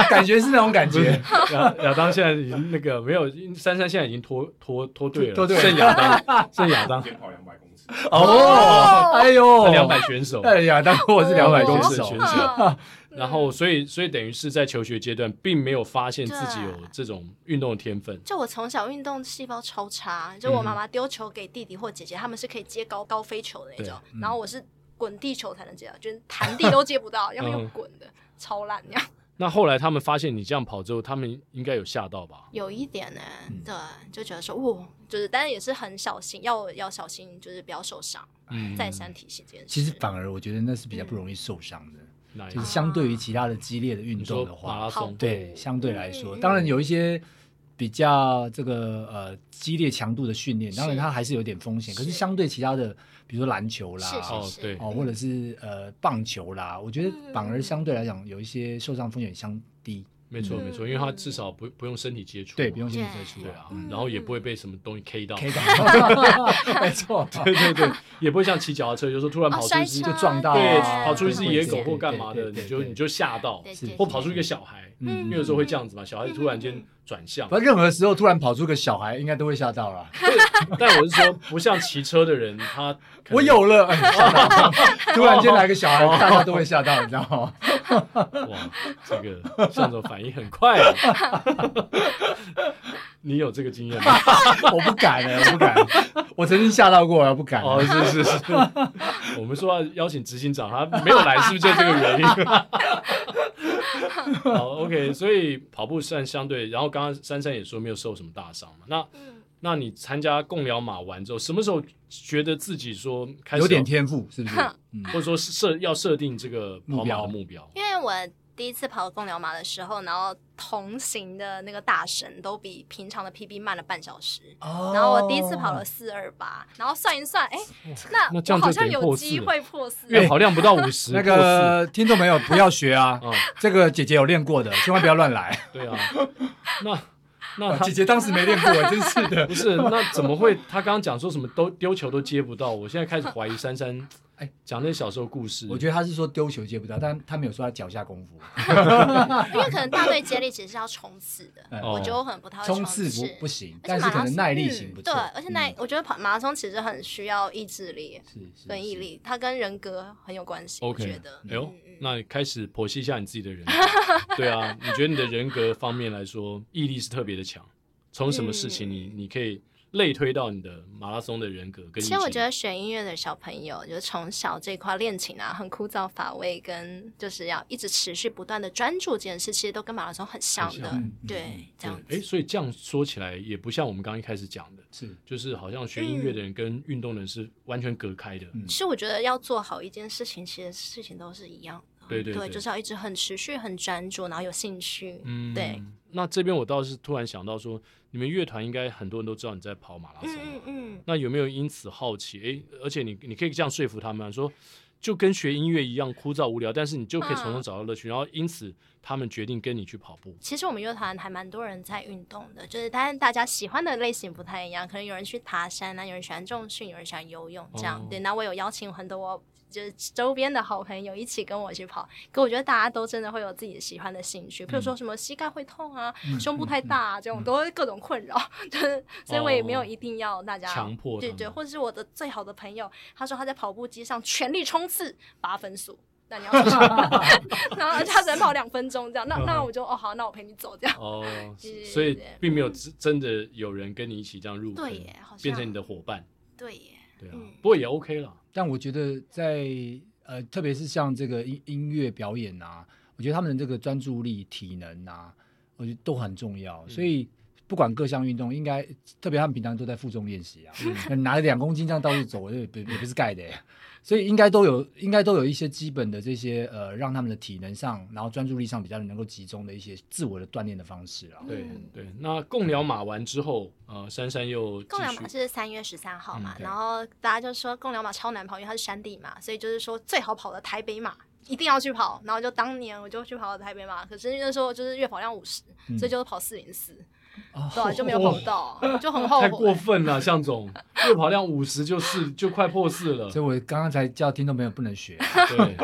Speaker 2: 感觉是那种感 觉。
Speaker 1: 亚亚当现在已经那个没有，珊珊现在已经脱脱脱队了，
Speaker 2: 脱队了
Speaker 1: 剩亚 当，剩亚当，
Speaker 5: 先跑两百公尺，
Speaker 2: 哦，哎呦，
Speaker 1: 两百选手。
Speaker 2: 哎，亚当我是两百公
Speaker 1: 公
Speaker 2: 尺
Speaker 1: 尺
Speaker 2: 哦
Speaker 1: 选，
Speaker 4: 哇
Speaker 1: 手，然后所以所以等于是在求学阶段，并没有发现自己
Speaker 4: 对
Speaker 1: 有这种运动的天分。
Speaker 4: 就我从小运动细胞超差，就我妈妈丢球给弟弟或姐姐，他们是可以接高高飞球的那种，然后我是滚地球才能接到，就是弹地都接不到，要么用滚的，超烂那样。
Speaker 1: 那后来他们发现你这样跑之后，他们应该有吓到吧？
Speaker 4: 有一点呢、对，就觉得说，哇，就是，但是也是很小心，要要小心，就是不要受伤，
Speaker 1: 嗯
Speaker 4: 再三体系这件事。
Speaker 2: 其实反而我觉得那是比较不容易受伤的，
Speaker 1: 哪一
Speaker 2: 就是相对于其他的激烈的运
Speaker 1: 啊你说
Speaker 2: 动的
Speaker 1: 马拉
Speaker 2: 话，
Speaker 1: 松，
Speaker 2: 对，相对来说，
Speaker 4: 嗯嗯
Speaker 2: 当然有一些比较这个呃激烈强度的训练，当然它还是有点风险，可是
Speaker 4: 是
Speaker 2: 相对其他的，比如说篮球啦，
Speaker 4: 是是
Speaker 1: 哦
Speaker 4: 是，
Speaker 1: 对
Speaker 2: 哦，或者是呃棒球啦，我觉得
Speaker 4: 嗯
Speaker 2: 反而相对来讲有一些受伤风险相低，
Speaker 1: 没错
Speaker 4: 嗯
Speaker 1: 没错，因为他至少不不用身体接触嘛，
Speaker 2: 对，不用心理接触
Speaker 1: 对啊
Speaker 2: 嗯，
Speaker 1: 然后也不会被什么东西 K 到，
Speaker 2: ，K 到， 没错，
Speaker 1: 对对对，也不会像骑脚踏车，有时候突然跑
Speaker 4: 哦
Speaker 1: 出
Speaker 4: 摔
Speaker 1: 一只
Speaker 4: 车
Speaker 2: 就撞到啊
Speaker 1: 对，
Speaker 4: 对
Speaker 1: 跑出一只
Speaker 4: 对
Speaker 1: 野
Speaker 4: 对
Speaker 1: 狗
Speaker 4: 对
Speaker 1: 或干嘛的，
Speaker 2: 对对
Speaker 1: 你就
Speaker 2: 对
Speaker 1: 你就吓到，
Speaker 4: 对
Speaker 2: 是
Speaker 4: 对，
Speaker 1: 或
Speaker 4: 对
Speaker 1: 跑出一个小孩，因
Speaker 2: 嗯
Speaker 1: 为有时候会这样子嘛，小孩突然间转向
Speaker 2: 不。过任何时候突然跑出个小孩，应该都会吓到啦。
Speaker 4: 嗯
Speaker 1: 但我是说，不像骑车的人， 他可能
Speaker 2: 我有了， 哎吓到突然间来个小
Speaker 4: 哦
Speaker 2: 孩，大家都会吓到，你知道 吗？
Speaker 1: 哇，这个向总反应很快啊。 你有这个经验吗？
Speaker 2: 我不敢哎，我不敢，我曾经吓到过，我不敢。
Speaker 1: 哦，是是是，我们说要邀请执行长，他没有来，是不是就这个原因？ 好，OK，所以跑步算相对，然后刚刚珊珊也说没有受什么大伤嘛。那
Speaker 4: 嗯，
Speaker 1: 那你参加共聊马完之后，什么时候觉得自己说开始
Speaker 2: 有点，天赋是不是？嗯
Speaker 1: 或者说是设要设定这个跑马的目标？
Speaker 4: 因为我第一次跑公牛马的时候，然后同行的那个大神都比平常的 PB 慢了半小时。
Speaker 2: 哦
Speaker 4: 然后我第一次跑了四二八，然后算一算，哎，那
Speaker 1: 那这样
Speaker 4: 我好
Speaker 1: 就
Speaker 4: 像
Speaker 1: 得
Speaker 4: 有
Speaker 1: 破四
Speaker 4: 机
Speaker 1: 了
Speaker 4: 会破四。
Speaker 1: 月跑量不到五十，
Speaker 2: 那个听众朋友不要学啊
Speaker 4: 哦
Speaker 1: 破，四，
Speaker 2: 这个姐姐有练过的，千万不要乱 来。
Speaker 1: 嗯，对啊，那
Speaker 4: 哦
Speaker 1: 那他
Speaker 2: 姐姐当时没练过，真是的
Speaker 1: 不。是那怎么会？他刚刚讲说什么都丢球都接不到，我现在开始怀疑珊珊，
Speaker 2: 哎
Speaker 1: 哎，讲那些小时候故事，
Speaker 2: 我觉得他是说丢球接不到，但他没有说他脚下功夫，
Speaker 4: 因为可能大队接力其实是要冲刺 的，
Speaker 1: 哦
Speaker 2: 嗯
Speaker 4: 我觉得我可能不太会
Speaker 2: 冲
Speaker 4: 刺
Speaker 2: 刺不不行，
Speaker 4: 而且
Speaker 2: 但是
Speaker 4: 马
Speaker 2: 可
Speaker 4: 拉
Speaker 2: 能
Speaker 4: 松嗯
Speaker 2: 耐力型不错。
Speaker 4: 哦
Speaker 2: 嗯
Speaker 4: 对，而且耐，我觉得跑马拉松其实很需要意志力
Speaker 1: 是是
Speaker 4: 跟毅
Speaker 1: 是
Speaker 4: 力，它跟人格很有关系。我
Speaker 1: OK，
Speaker 4: 觉得，
Speaker 1: 哎呦
Speaker 4: 嗯，
Speaker 1: 那开始剖析一下你自己的 人格。对啊，你觉得你的人格方面来说，毅力是特别的强。从什么事情你、你可以类推到你的马拉松的人格跟？
Speaker 4: 嗯其实我觉得，学音乐的小朋友，就是从小这一块练琴啊，很枯燥乏味，跟就是要一直持续不断的专注这件事，其实都跟马拉松很像
Speaker 1: 很
Speaker 4: 的。
Speaker 1: 像
Speaker 2: 嗯
Speaker 4: 对，这样
Speaker 1: 对，哎，所以这样说起来，也不像我们刚刚一开始讲的，
Speaker 2: 是
Speaker 1: 就是好像学音乐
Speaker 4: 嗯
Speaker 1: 的人跟运动的人是完全隔开的。
Speaker 2: 嗯
Speaker 4: 其实我觉得要做好一件事情，其实事情都是一样的。
Speaker 1: 对对对
Speaker 4: 就是要一直很持续、很专注，然后有兴趣。
Speaker 1: 嗯
Speaker 4: 对。
Speaker 1: 那这边我倒是突然想到说，你们乐团应该很多人都知道你在跑马拉松嘛，
Speaker 4: 嗯嗯嗯，
Speaker 1: 那有没有因此好奇？诶，而且你你可以这样说服他们啊说，就跟学音乐一样枯燥无聊，但是你就可以从中
Speaker 4: 嗯
Speaker 1: 找到乐趣，然后因此他们决定跟你去跑步。
Speaker 4: 其实我们乐团还蛮多人在运动的，就是但是大家喜欢的类型不太一样，可能有人去爬山啊，有人喜欢重训，有人喜欢游泳这样。
Speaker 1: 哦
Speaker 4: 对，那我有邀请很多我就是周边的好朋友一起跟我去跑，可我觉得大家都真的会有自己喜欢的兴趣，比如说什么膝盖会痛啊、胸部太大啊、这种，都会各种困扰， 就是所以我也没有一定要大家
Speaker 1: 强迫他
Speaker 4: 对
Speaker 1: 们
Speaker 4: 对，或者是我的最好的朋友，他说他在跑步机上全力冲刺八分速。那你要说什么？ 然后他只能跑两分钟这样，那那我就哦好，那我陪你走这样。
Speaker 1: 哦，
Speaker 4: 是
Speaker 1: 所以并没有真真的有人跟你一起这样入坑
Speaker 4: 对耶好像
Speaker 1: 变成你的伙伴，
Speaker 4: 对耶，
Speaker 1: 对啊，
Speaker 4: 嗯
Speaker 1: 不过也 OK 啦。
Speaker 2: 但我觉得在呃，特别是像这个音音乐表演啊，我觉得他们的这个专注力、体能啊，我觉得都很重要。所以不管各项运动，应该特别他们平常都在负重练习啊，拿着两公斤这样到处走，也不也不是盖的耶。所以应该都有，应该都有一些基本的这些呃，让他们的体能上，然后专注力上比较能够集中的一些自我的锻炼的方式啊。
Speaker 1: 对
Speaker 4: 嗯
Speaker 1: 对，那共聊马完之后，呃，珊珊又继
Speaker 4: 共寮马
Speaker 1: 续
Speaker 4: 是三月十三号嘛
Speaker 2: 嗯，对
Speaker 4: 然后大家就说共寮马超难跑，因为它是山地嘛，所以就是说最好跑的台北马一定要去跑。然后就当年我就去跑台北马，可是那时候就是月跑量五十、
Speaker 2: 嗯
Speaker 4: 所以就跑四零四，
Speaker 2: 哦
Speaker 4: 对、啊，就没有跑到，就很后
Speaker 1: 太
Speaker 4: 悔。
Speaker 1: 过分了，向总，月跑量五十就是就快破四了。
Speaker 2: 所以我刚刚才叫听众朋友不能学。
Speaker 1: 对，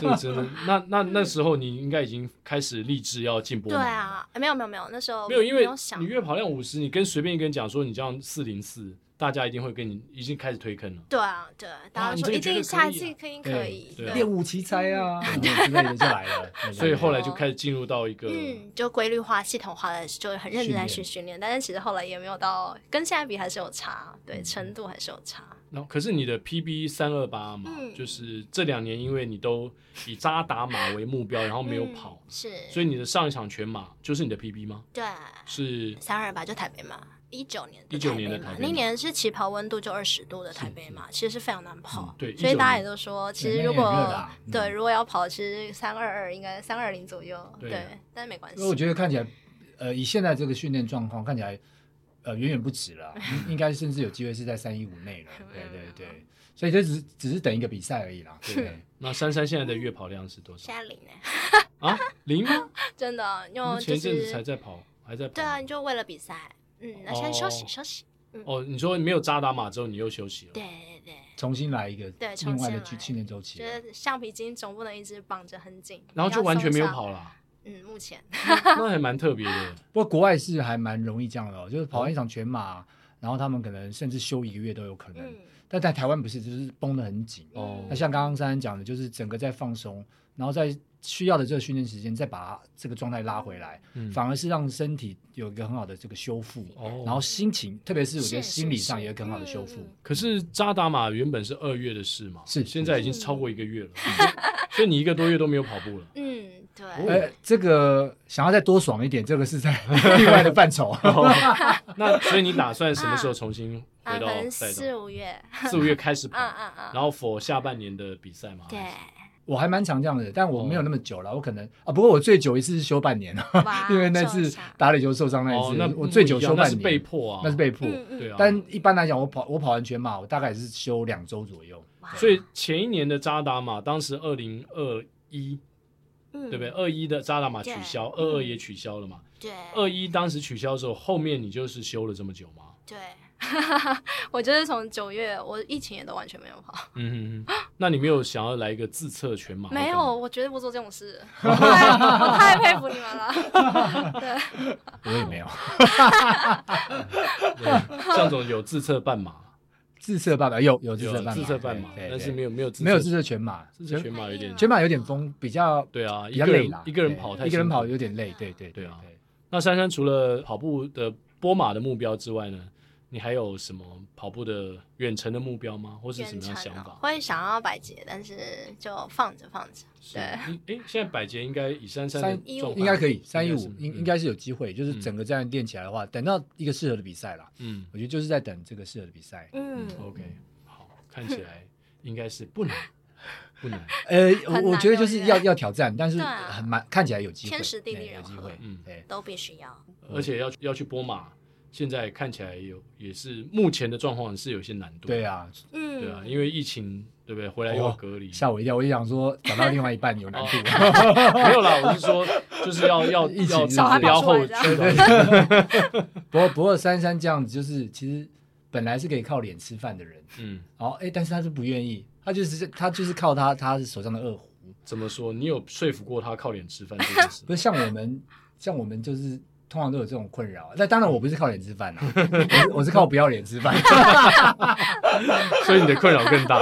Speaker 1: 这个真的。那那那时候你应该已经开始立志要进波
Speaker 4: 对
Speaker 1: 马了，
Speaker 4: 啊，哎没有没有没有，那时候
Speaker 1: 没有，因为
Speaker 4: 想
Speaker 1: 你月跑量五十，你跟随便一个人讲说你这样四零四，大家一定会跟你已经开始推坑了。
Speaker 4: 对啊对啊，大家
Speaker 1: 你真
Speaker 4: 说
Speaker 1: 的
Speaker 4: 一
Speaker 1: 觉得
Speaker 4: 定
Speaker 1: 可
Speaker 4: 下
Speaker 1: 以
Speaker 4: 一次
Speaker 1: 啊
Speaker 4: 肯定
Speaker 2: 对
Speaker 4: 可以，
Speaker 1: 对啊
Speaker 2: 练武奇才啊之类的就来了。
Speaker 1: 所以后来
Speaker 4: 哦
Speaker 1: 就开始进入到一个，
Speaker 4: 嗯，就规律化、系统化的，就很认真在去训练，但是其实后来也没有到跟现在比还是有差，对，程
Speaker 1: 嗯
Speaker 4: 度还是有差。
Speaker 1: 然后可是你的 PB 三二八嘛，
Speaker 4: 嗯
Speaker 1: 就是这两年因为你都以扎达马为目标，然后没有跑，
Speaker 4: 嗯、是，
Speaker 1: 所以你的上一场全马就是你的 PB 吗？
Speaker 4: 对
Speaker 1: 是
Speaker 4: 三二八就台北嘛，一九年的
Speaker 1: 19年的
Speaker 4: 台
Speaker 1: 台
Speaker 4: 北
Speaker 1: 北
Speaker 4: 嘛，
Speaker 1: 马
Speaker 4: 那年是起跑温度就二十度的台北嘛，其实是非常难跑，
Speaker 1: 嗯对
Speaker 4: 所
Speaker 1: 19
Speaker 4: 以
Speaker 1: 年
Speaker 4: 大家也都说，其
Speaker 2: 对
Speaker 4: 实
Speaker 2: 那
Speaker 4: 如
Speaker 2: 也
Speaker 4: 果
Speaker 2: 很热的 啊嗯
Speaker 4: 对如果要跑，其实三二二应该三二零左右，
Speaker 1: 对啊
Speaker 4: 对，但是没关
Speaker 2: 因为我
Speaker 4: 系。
Speaker 2: 觉得看起来，呃，以现在这个训练状况，看起来，呃，远远不止了，应应该甚至有机会是在三一五 内了。对对对，所以这只是只是等一个比赛而已啦。
Speaker 4: 啊
Speaker 2: 对，
Speaker 1: 那珊珊现在的月跑量是多少
Speaker 4: 现在零呢、
Speaker 1: 啊？零吗？
Speaker 4: 真的，因
Speaker 1: 你们
Speaker 4: 为哦就
Speaker 1: 前一阵子才
Speaker 4: 是
Speaker 1: 在跑，还在跑吗。
Speaker 4: 对啊，你就为了比赛，嗯，那先休
Speaker 1: 嗯
Speaker 4: 息、
Speaker 1: 哦
Speaker 4: 休息，
Speaker 1: 哦，你说没有扎打马之后，你又休息了。
Speaker 4: 对对对。
Speaker 2: 重新来一个
Speaker 4: 对重
Speaker 2: 另外
Speaker 4: 新
Speaker 2: 的
Speaker 4: 来
Speaker 2: 训训练周期
Speaker 4: 就。是橡皮筋总不能一直绑着很紧，
Speaker 1: 然后就
Speaker 4: 要
Speaker 1: 完全没
Speaker 4: 松
Speaker 1: 有
Speaker 4: 上
Speaker 1: 跑。 啦，
Speaker 4: 嗯，目前
Speaker 1: 那还蛮特别的。
Speaker 2: 不过国外是还蛮容易这样的、哦，就是跑完一场全马，然后他们可能甚至休一个月都有可能。
Speaker 4: 嗯，
Speaker 2: 但在台湾不是，就是绷得很紧。
Speaker 1: 哦
Speaker 2: 那像刚刚珊珊讲的，就是整个在放松，然后在需要的这个训练时间，再把这个状态拉回来，
Speaker 1: 嗯
Speaker 2: 反而是让身体有一个很好的这个修复，
Speaker 1: 哦
Speaker 2: 然后心情，特别是我觉得
Speaker 4: 是
Speaker 2: 心理
Speaker 4: 是
Speaker 2: 上
Speaker 4: 是
Speaker 2: 也有更好的修复。
Speaker 4: 嗯
Speaker 1: 可是扎达马原本是二月的事嘛，
Speaker 2: 是
Speaker 1: 现在已经超过一个月了，所以 所以你一个多月都没有跑步了。
Speaker 4: 嗯，对，
Speaker 2: 呃，这个想要再多爽一点，这个是在另外的范畴。
Speaker 1: 那所以你打算什么时候重新
Speaker 4: 啊，
Speaker 1: 回
Speaker 4: 可
Speaker 1: 到
Speaker 4: 能
Speaker 1: 赛
Speaker 4: 四
Speaker 1: 道？啊
Speaker 4: 五月，
Speaker 1: 四五月开始跑
Speaker 4: 嗯，嗯嗯，
Speaker 1: 然后 for 下半年的比赛嘛？
Speaker 4: 对
Speaker 1: 还是，
Speaker 2: 我还蛮常这样的，但我没有那么久了，我可能啊，不过我最久一次是休半年了，
Speaker 4: 哇
Speaker 2: 因为那
Speaker 4: 受
Speaker 2: 次
Speaker 4: 伤
Speaker 2: 打垒球受伤那一
Speaker 1: 哦
Speaker 2: 次，，
Speaker 1: 那
Speaker 2: 我最久
Speaker 1: 不一
Speaker 2: 休
Speaker 1: 样
Speaker 2: 半
Speaker 1: 那
Speaker 2: 年，
Speaker 1: 是被迫啊，
Speaker 2: 那是被迫。
Speaker 4: 嗯嗯
Speaker 1: 对啊。
Speaker 2: 但一般来讲，我跑我跑完全马，我大概是休两周左右。
Speaker 4: 哇
Speaker 1: 所以前一年的扎达马，当时二零二一，
Speaker 4: 嗯
Speaker 1: 对不对？二一的扎达马取消，
Speaker 4: 对嗯
Speaker 1: 二二也取消了嘛。
Speaker 4: 对
Speaker 1: 二一当时取消的时候，后面你就是休了这么久吗？
Speaker 4: 对， 我就是从九月，我疫情也都完全没有跑，
Speaker 1: 嗯哼哼，那你没有想要来一个自测全马？
Speaker 4: 没有，，我绝对不做这 种事，我太我太佩服你们了。对，
Speaker 2: 我也没有
Speaker 1: 对像总有自测半马，
Speaker 2: 自测半马，有 有自
Speaker 1: 有啊
Speaker 2: 测半马，
Speaker 1: 自测半马，
Speaker 2: 对对
Speaker 1: 但是
Speaker 2: 对
Speaker 1: 没有没有
Speaker 2: 没有自测全马，
Speaker 1: 自测全马有
Speaker 4: 嗯
Speaker 1: 点
Speaker 2: 全马有点疯，比较
Speaker 1: 对啊，
Speaker 2: 比
Speaker 1: 一
Speaker 2: 较
Speaker 1: 个
Speaker 2: 累
Speaker 1: 人
Speaker 2: 啦，
Speaker 1: 一个人
Speaker 2: 对
Speaker 1: 跑太
Speaker 2: 一个人
Speaker 1: 辛苦
Speaker 2: 跑有点累，对对
Speaker 1: 对啊
Speaker 2: 对
Speaker 1: 那珊珊除了跑步的波马的目标之外呢，你还有什么跑步的远程的目标吗？或是什
Speaker 4: 远
Speaker 1: 么样
Speaker 4: 程
Speaker 1: 的想
Speaker 4: 哦
Speaker 1: 法？
Speaker 4: 会想要百捷，但是就放着放着。
Speaker 1: 是
Speaker 4: 对，
Speaker 1: 你哎，现在百杰应该以珊珊
Speaker 2: 三
Speaker 1: 的状况
Speaker 2: 应该可以，三一五
Speaker 1: 是
Speaker 2: 应
Speaker 1: 嗯
Speaker 2: 应该是有机会，就是
Speaker 1: 嗯
Speaker 2: 整个这样练起来的话，等到一个适合的比赛啦，
Speaker 1: 嗯
Speaker 2: 我觉得就是在等这个适合的比赛。
Speaker 4: 嗯，
Speaker 1: OK 好，看起来应该是不难不难，
Speaker 2: 呃，
Speaker 4: 很
Speaker 2: 我我
Speaker 4: 难
Speaker 2: 觉得
Speaker 4: 对
Speaker 2: 就
Speaker 4: 不
Speaker 2: 是
Speaker 4: 对
Speaker 2: 要要挑战，但是
Speaker 4: 对啊
Speaker 2: 很蛮看起来有机会，哎
Speaker 4: 天时地利
Speaker 2: 对有
Speaker 4: 人
Speaker 2: 机
Speaker 4: 和
Speaker 2: 会，
Speaker 1: 嗯
Speaker 2: 对，
Speaker 4: 都必须要。
Speaker 1: 而且要要去波马，现在看起来有也是目前的状况是有些难度，
Speaker 2: 对啊，哦
Speaker 4: 嗯，
Speaker 1: 对啊，因为疫情对不对？回来又要隔离，
Speaker 2: 吓我一跳，我就想说找到另外一半有难度，
Speaker 1: 没有啦，我是说就是 要要
Speaker 2: 疫情
Speaker 1: 要
Speaker 2: 小孩
Speaker 1: 达标
Speaker 4: 跑出来
Speaker 1: 后
Speaker 4: 这样
Speaker 1: 去的
Speaker 2: 不过不过珊珊这样子就是其实本来是可以靠脸吃饭的人，
Speaker 1: 嗯。
Speaker 2: 然后哎，但是他是不愿意，他就是他就是靠他他手上的二胡，
Speaker 1: 怎么说？你有说服过他靠脸吃饭这件事？
Speaker 2: 不是像我们，像我们就是通常都有这种困扰。啊那当然，我不是靠脸吃饭啊，我是我是靠不要脸吃饭，
Speaker 1: 所以你的困扰更大。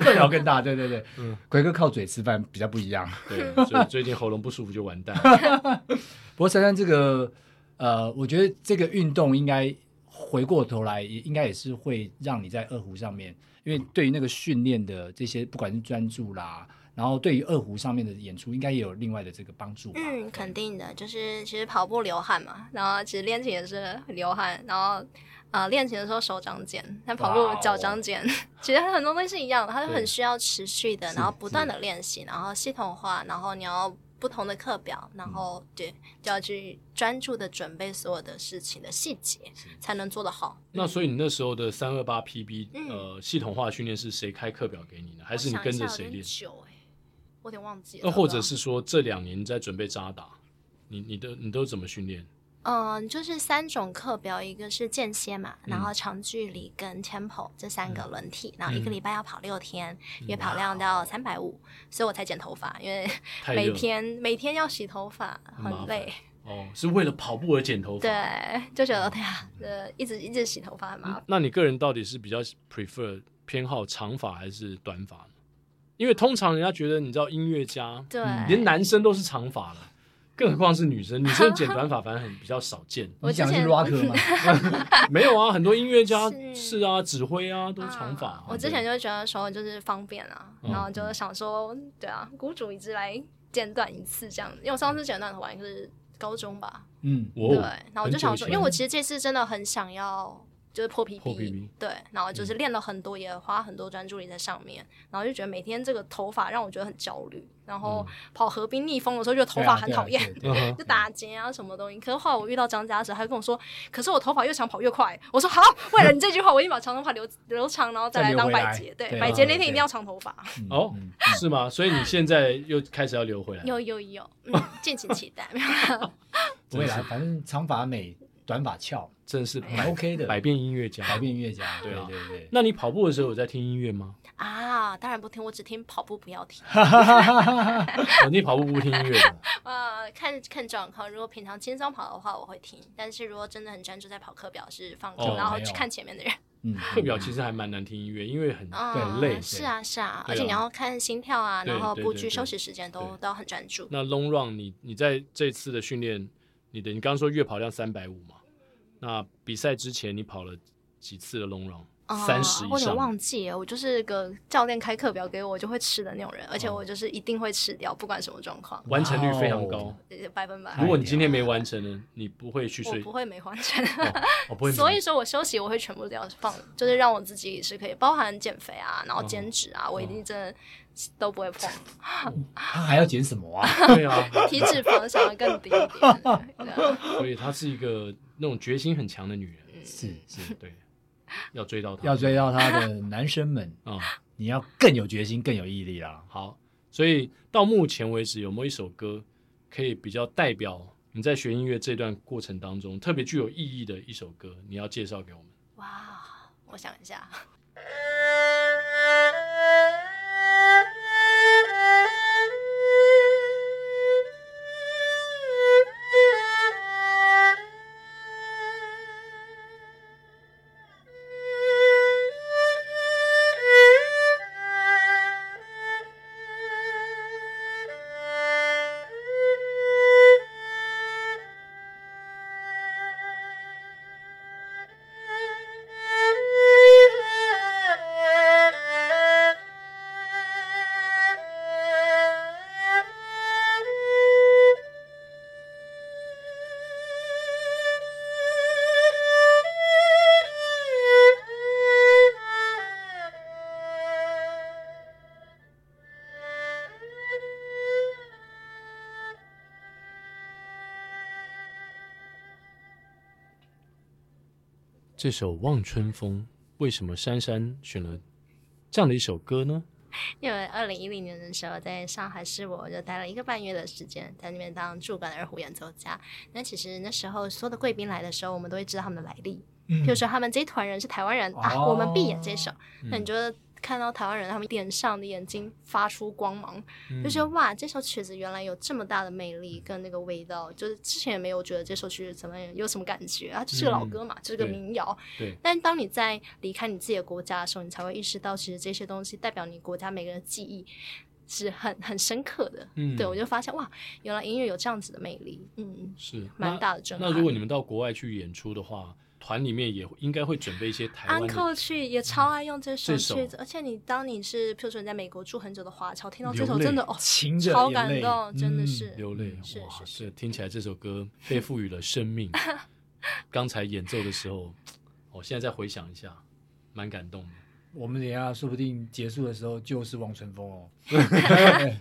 Speaker 2: 困扰更大。对对对，
Speaker 1: 嗯
Speaker 2: 奎哥靠嘴吃饭比较不一样。
Speaker 1: 对，所以最近喉咙不舒服就完蛋了。
Speaker 2: 不过珊珊这个，呃，我觉得这个运动应该回过头来，也应该也是会让你在二胡上面，因为对于那个训练的这些，不管是专注啦，然后对于二胡上面的演出，应该也有另外的这个帮助吧。
Speaker 4: 嗯，肯定的，就是其实跑步流汗嘛，然后其实练琴也是流汗，然后呃练琴的时候手长茧，但跑
Speaker 2: 哇
Speaker 4: 步
Speaker 2: 哦
Speaker 4: 脚长茧， 其实很多东西是一样的，它就很需要持续的，
Speaker 2: 是。
Speaker 4: 然后不断的练习，然后系统化，然后你要不同的课表，然
Speaker 1: 嗯
Speaker 4: 后对就要去专注的准备所有的事情的细节，才能做得好。
Speaker 1: 那所以你那时候的三二八 PB
Speaker 4: 嗯
Speaker 1: 呃系统化训练是谁开课表给你呢？还
Speaker 4: 还
Speaker 1: 是你跟着谁练？
Speaker 4: 久哎、我有点忘记了。
Speaker 1: 那或者
Speaker 4: 对啊
Speaker 1: 是说这两年你在准备扎打，你你的你都怎么训练？
Speaker 4: 嗯，就是三种课表，一个是间歇嘛，
Speaker 1: 嗯
Speaker 4: 然后长距离跟 tempo 这三个轮替，然后一个礼拜要跑六天，
Speaker 1: 嗯
Speaker 4: 月跑量到三百五，所以我才剪头发，因为
Speaker 1: 太热
Speaker 4: 每
Speaker 1: 了
Speaker 4: 天每天要洗头发，
Speaker 1: 很麻
Speaker 4: 很累。
Speaker 1: 哦，是为了跑步而剪头发。嗯
Speaker 4: 对，就觉得哎呀，呃，一直一直洗头发很麻烦。
Speaker 1: 那你个人到底是比较 prefer 偏好长发还是短发呢？因为通常人家觉得你知道音乐家，
Speaker 4: 对，
Speaker 1: 连男生都是长发了，更何况是女生。女生剪短发反正很比较少 见
Speaker 2: 你讲的是
Speaker 4: 我
Speaker 2: rock 吗？
Speaker 1: 没有啊，很多音乐家
Speaker 4: 是
Speaker 1: 是啊，指挥啊都长发
Speaker 4: 啊
Speaker 1: 啊。
Speaker 4: 我之前就觉得说就是方便啊，
Speaker 1: 嗯
Speaker 4: 然后就是想说，对啊，孤注一掷来剪短一次这样，因为我上次剪短头发应该是高中吧，
Speaker 2: 嗯，
Speaker 1: 我
Speaker 4: 对，然后我就想说，因为我
Speaker 1: 前
Speaker 4: 其实这次真的很想要就是破 PB，,
Speaker 1: 破 PB
Speaker 4: 对，然后就是练了很多，也花很多专注力在上面，然后就觉得每天这个头发让我觉得很焦虑，然后跑河滨逆风的时候，觉得头发很讨厌。
Speaker 2: 对
Speaker 1: 嗯
Speaker 2: 啊。对啊对啊
Speaker 4: 就打结啊，什么东西？可是后来我遇到张家时，他就跟我说：“可是我头发越长跑越快。”我说：“好，为了你这句话，我一定把长头发留留长，然后再来当百
Speaker 2: 再留
Speaker 4: 杰。
Speaker 2: 回来
Speaker 4: 对，
Speaker 2: 对
Speaker 4: 百杰那
Speaker 2: 对
Speaker 4: 天一定要长头发。
Speaker 2: 嗯
Speaker 1: 哦
Speaker 2: 嗯
Speaker 1: 是吗？所以你现在又开始要留回来了？
Speaker 4: 有有有，嗯，敬请期待。 没有啦
Speaker 2: 不会啦，反正长发美，短发俏，
Speaker 1: 真是
Speaker 2: 蛮
Speaker 1: 百
Speaker 2: OK 的。
Speaker 1: 百变音乐家。
Speaker 2: 嗯百变音乐家，
Speaker 1: 对
Speaker 2: 对
Speaker 1: 啊
Speaker 2: 对对。
Speaker 1: 那你跑步的时候有在听音乐吗？
Speaker 4: 啊，当然不听，我只听跑步，不要听。
Speaker 1: 哦你跑步不听音乐 的？
Speaker 4: 呃，看看状况。如果平常轻松跑的话，我会听；但是如果真的很专注在跑课表，是放空，
Speaker 1: 哦
Speaker 4: 然后
Speaker 2: 没有
Speaker 4: 去看前面的人。
Speaker 2: 嗯，
Speaker 1: 课表其实还蛮难听音乐，因为很
Speaker 4: 啊、
Speaker 2: 对累
Speaker 4: 是
Speaker 2: 对
Speaker 4: 啊，是啊，
Speaker 1: 对
Speaker 4: 而且
Speaker 1: 啊
Speaker 4: 你要看心跳啊，
Speaker 1: 对
Speaker 4: 然后
Speaker 1: 对
Speaker 4: 布
Speaker 1: 对
Speaker 4: 局、
Speaker 1: 对
Speaker 4: 休息时间都
Speaker 1: 对
Speaker 4: 都要很专注。
Speaker 1: 那 long run，你你在这次的训练，你的你刚刚说月跑量三百五嘛？那比赛之前你跑了几次的 long run？
Speaker 4: 啊
Speaker 1: 三十以
Speaker 4: 我有点
Speaker 1: 上。
Speaker 4: 忘记了，我就是个教练开课表给我，我就会吃的那种人，而且
Speaker 1: 哦
Speaker 4: 我就是一定会吃掉，不管什么状况，
Speaker 1: 完成率非常
Speaker 2: 哇哦
Speaker 1: 高。
Speaker 4: 呃百分百。
Speaker 1: 如果你今天没完成呢，你不会去
Speaker 4: 我
Speaker 1: 睡，
Speaker 4: 不会没完成，
Speaker 1: 我哦不会。
Speaker 4: 所以说我休息我会全部掉放，就是让我自己是可以包含减肥啊，然后
Speaker 1: 哦
Speaker 4: 减脂啊，我一定真的都不会碰，
Speaker 2: 他还要减什 么啊？
Speaker 1: 对啊，
Speaker 4: 体脂肪想要更低一点。对啊
Speaker 1: 所以她是一个那种决心很强的女人，
Speaker 2: 是是，
Speaker 1: 对，要追到她，
Speaker 2: 要追到他的男生们，
Speaker 1: 啊、
Speaker 2: 你要更有决心，更有毅力啦。
Speaker 1: 好，所以到目前为止，有没有一首歌可以比较代表你在学音乐这段过程当中特别具有意义的一首歌？你要介绍给我们？
Speaker 4: 哇，我想一下，
Speaker 1: 这首《望春风》为什么珊珊选了这样的一首歌呢？
Speaker 4: 因为二零一零年的时候，在上海市我就待了一个半月的时间，在那边当驻管二胡演奏家。那其实那时候所有的贵宾来的时候，我们都会知道他们的来历，
Speaker 2: 嗯
Speaker 4: 譬如说他们这一团人是台湾人、啊，
Speaker 2: 哦
Speaker 4: 我们必演这首。那
Speaker 1: 嗯
Speaker 4: 你就看到台湾人他们脸上的眼睛发出光芒，
Speaker 1: 嗯
Speaker 4: 就觉得哇，这首曲子原来有这么大的魅力跟那个味道，就是之前也没有觉得这首曲子怎么样有什么感觉啊，就是个老
Speaker 1: 嗯
Speaker 4: 歌嘛，就是个
Speaker 1: 对
Speaker 4: 民谣。
Speaker 1: 对，
Speaker 4: 但当你在离开你自己的国家的时候，你才会意识到，其实这些东西代表你国家每个人的记忆是很很深刻的。
Speaker 1: 嗯
Speaker 4: 对我就发现哇，原来音乐有这样子的魅力，嗯，
Speaker 1: 是
Speaker 4: 蛮
Speaker 1: 那
Speaker 4: 大的震
Speaker 1: 那
Speaker 4: 撼。
Speaker 1: 如果你们到国外去演出的话，团里面也应该会准备一些台湾
Speaker 4: 安
Speaker 1: 的
Speaker 4: 扣去也超爱用这首
Speaker 1: 这首
Speaker 4: 曲子，而且你当你是，譬如说你在美国住很久的华侨，听到这
Speaker 1: 流
Speaker 4: 首
Speaker 1: 泪
Speaker 4: 真的哦，
Speaker 2: 噙着
Speaker 4: 超
Speaker 2: 眼
Speaker 4: 感
Speaker 2: 泪
Speaker 4: 动，真的
Speaker 2: 嗯
Speaker 4: 是。
Speaker 1: 流泪，
Speaker 4: 是
Speaker 1: 哇，
Speaker 4: 是是
Speaker 1: 这听起来这首歌被赋予了生 命。刚才演奏的时候，我现在再回想一下，蛮感动的。
Speaker 2: 我们等一下说不定结束的时候就是望春风哦。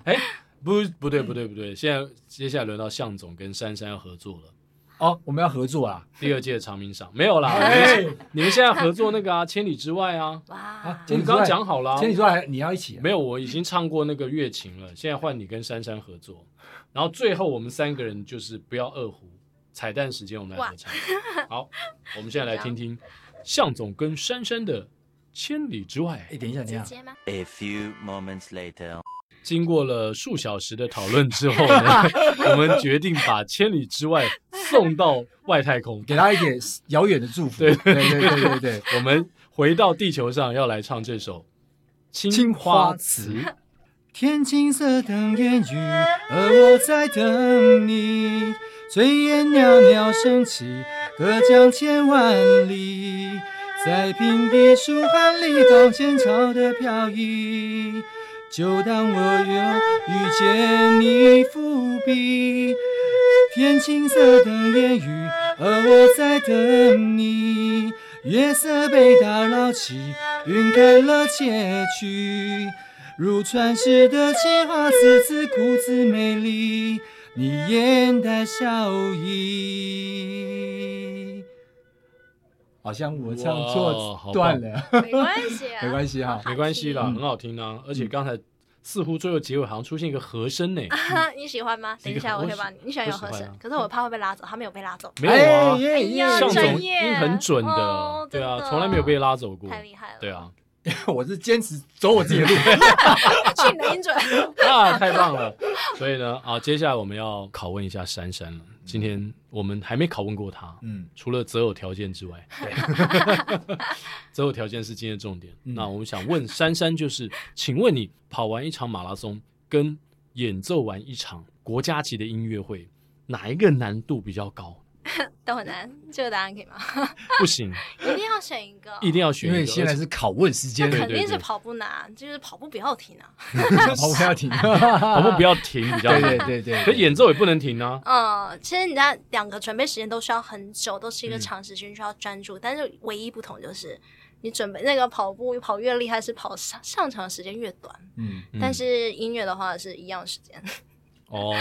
Speaker 1: 哎，不，不对，不对，不对，现在接下来轮到向总跟珊珊要合作了。
Speaker 2: 哦，我们要合作啊！
Speaker 1: 第二届的长鸣赏没有啦，
Speaker 2: 哎，
Speaker 1: 你们现在合作那个啊，《千里之外》啊，
Speaker 4: 哇
Speaker 2: 啊，
Speaker 1: 我们刚刚讲好了啊、
Speaker 2: 先你说还你要一起啊，
Speaker 1: 没有，我已经唱过那个月琴了，现在换你跟珊珊合作，然后最后我们三个人就是不要二胡，彩蛋时间我们来合唱。好，我们现在来听听向总跟珊珊的《千里之外
Speaker 2: 哎，》。等一下，等
Speaker 4: 直
Speaker 2: 一下，
Speaker 4: 接吗？
Speaker 5: A few moments later.
Speaker 1: 经过了数小时的讨论之后呢， 我们决定把《千里之外》送到外太空，
Speaker 2: 给他一点遥远的祝福。对对对对对对，
Speaker 1: 我们回到地球上要来唱这首《
Speaker 2: 青花
Speaker 1: 瓷
Speaker 2: 瓷》。天青色等烟雨，而我在等你。炊烟袅袅升起，隔江千万里。在平地书寒里，当前朝的飘逸。就当我又遇见你伏笔，天青色等烟雨，而我在等你。月色被打捞起，晕开了结局。如传世的青花瓷，自顾自美丽，你眼带笑意。好像我唱
Speaker 1: 哇
Speaker 2: 错
Speaker 1: 好棒
Speaker 2: 断了，
Speaker 4: 没关系啊，
Speaker 2: 没关系哈。
Speaker 1: 没关系啦，
Speaker 2: 嗯
Speaker 1: 很好听啊，而且刚才似乎最后结尾好像出现一个和声呢、
Speaker 4: 啊 你喜欢吗？等一下，
Speaker 1: 我
Speaker 4: 我
Speaker 1: 喜
Speaker 4: 会帮你。你喜欢
Speaker 1: 我
Speaker 4: 有
Speaker 1: 喜
Speaker 4: 和
Speaker 1: 欢
Speaker 4: 声
Speaker 1: 啊，
Speaker 4: 可是我怕会被拉走，他没有被拉走。
Speaker 1: 没有啊，
Speaker 2: 耶
Speaker 4: 哎
Speaker 1: 向
Speaker 4: 呀专
Speaker 1: 总
Speaker 4: 业
Speaker 1: 音很准的，
Speaker 4: 哦
Speaker 1: 对啊，
Speaker 4: 真的
Speaker 1: 从来没有被拉走过，
Speaker 4: 太厉害了，
Speaker 1: 对，啊，
Speaker 2: 我是坚持走我自己的路。
Speaker 4: 去你的音准。
Speaker 1: 啊， 太棒了。所以呢，啊，接下来我们要拷问一下珊珊了。今天我们还没拷问过她，
Speaker 2: 嗯，
Speaker 1: 除了择偶条件之 外，择偶条件是今天的重点。
Speaker 2: 嗯
Speaker 1: 那我们想问珊珊，就是，请问你跑完一场马拉松，跟演奏完一场国家级的音乐会，哪一个难度比较高？
Speaker 4: 都很难。这个答案可以吗？
Speaker 1: 不行，
Speaker 4: 一定要选一个，
Speaker 1: 一定要选
Speaker 2: 因
Speaker 1: 一个。
Speaker 2: 为现在是拷问时
Speaker 4: 那
Speaker 2: 间，
Speaker 4: 肯定
Speaker 1: 对对
Speaker 4: 是跑步难，就是跑步不要停啊。
Speaker 2: 跑不要停，跑
Speaker 1: 我们不要停比较
Speaker 2: 对
Speaker 1: 好。
Speaker 2: 对对对，
Speaker 1: 可演奏也不能停啊。
Speaker 4: 嗯，其实你在两个准备时间都需要很久，都是一个
Speaker 1: 嗯
Speaker 4: 长时间需要专注，但是唯一不同就是。你准备那个跑步跑越厉害，是跑上上场时间越短，
Speaker 2: 嗯，
Speaker 1: 嗯
Speaker 4: 但是音乐的话是一样时间。
Speaker 1: 哦，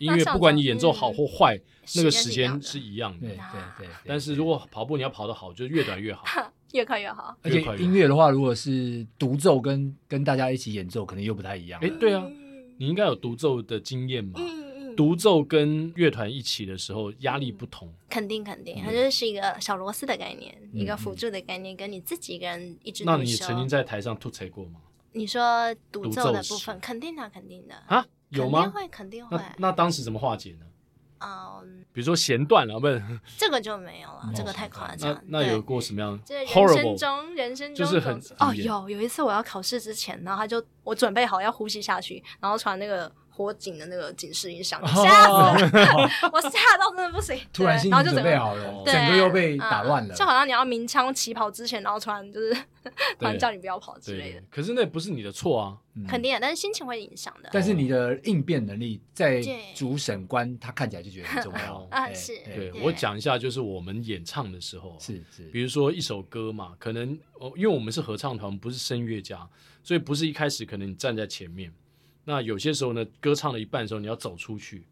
Speaker 1: 音乐
Speaker 4: 上
Speaker 1: 不管
Speaker 4: 场
Speaker 1: 你演奏好或坏， 那个时
Speaker 4: 时间
Speaker 1: 间
Speaker 4: 是
Speaker 1: 是一
Speaker 4: 一
Speaker 1: 样
Speaker 2: 对对
Speaker 1: 的。
Speaker 2: 对。对
Speaker 1: 但是如果跑步你要跑得好，就是越短 越好。
Speaker 4: 越快越好。
Speaker 2: 而且音乐的话，如果是独奏跟跟大家一起演奏，可能又不太一样
Speaker 1: 哎
Speaker 2: 了。，
Speaker 1: 对啊，
Speaker 4: 嗯
Speaker 1: 你应该有独奏的经验嘛？
Speaker 4: 嗯嗯，
Speaker 1: 独奏跟乐团一起的时候压力不同，
Speaker 4: 肯定肯
Speaker 1: 嗯
Speaker 4: 定，它就是一个小螺丝的概念，一个辅
Speaker 2: 嗯
Speaker 4: 助的概念，跟你自己一个人一枝
Speaker 1: 那
Speaker 4: 独
Speaker 1: 你
Speaker 4: 秀
Speaker 1: 曾。经在台上吐槽过吗？
Speaker 4: 你说独
Speaker 1: 独
Speaker 4: 奏
Speaker 1: 奏
Speaker 4: 的
Speaker 1: 时
Speaker 4: 部分，肯定的，肯定的，
Speaker 1: 啊，有
Speaker 4: 肯定
Speaker 1: 吗？
Speaker 4: 会，欸肯定会。
Speaker 1: 那那当时怎么化解呢？
Speaker 4: 嗯，
Speaker 1: 比如说弦断了，不是？
Speaker 4: 这个就没有了
Speaker 2: 嗯，
Speaker 4: 这个太夸张
Speaker 1: 那
Speaker 4: 了。
Speaker 1: 那
Speaker 4: 对
Speaker 1: 有过什么样
Speaker 4: 这人生
Speaker 1: horrible？
Speaker 4: 中，人生
Speaker 1: 就
Speaker 4: 中
Speaker 1: 是
Speaker 4: 总
Speaker 1: 很
Speaker 4: 哦，
Speaker 1: 很严
Speaker 4: 有有一次我要考试之前，然后他就我准备好要呼吸下去，然后传那个火警的那个警示音响， 吓死
Speaker 2: 哦
Speaker 4: 了， 我吓到真的不行，
Speaker 2: 突然
Speaker 4: 对
Speaker 2: 心
Speaker 4: 然
Speaker 2: 情
Speaker 4: 后就
Speaker 2: 准
Speaker 4: 整
Speaker 2: 备
Speaker 4: 个
Speaker 2: 好
Speaker 1: 哦
Speaker 2: 了，
Speaker 4: 对
Speaker 2: 整个又被打乱了
Speaker 4: 嗯。就好像你要鸣枪起跑之前，然后突然就是 突然叫你不要跑之类
Speaker 1: 对嗯
Speaker 4: 的，，
Speaker 1: 可是那不是你的错啊。
Speaker 2: 嗯
Speaker 4: 肯定的，但是心情会影响的。
Speaker 2: 但是你的应变能力，在
Speaker 4: 对
Speaker 2: 主审官他看起来就觉得很重要
Speaker 1: 哦。
Speaker 4: 啊
Speaker 2: 对
Speaker 4: 是
Speaker 1: 对
Speaker 2: 对
Speaker 4: 对
Speaker 1: 我讲一下，就是我们演唱的时候，啊
Speaker 2: 是是，
Speaker 1: 比如说一首歌嘛，可能哦，因为我们是合唱团，不是声乐家，所以不是一开始可能你站在前面。那有些时候呢，歌唱了一半的时候，你要走出去。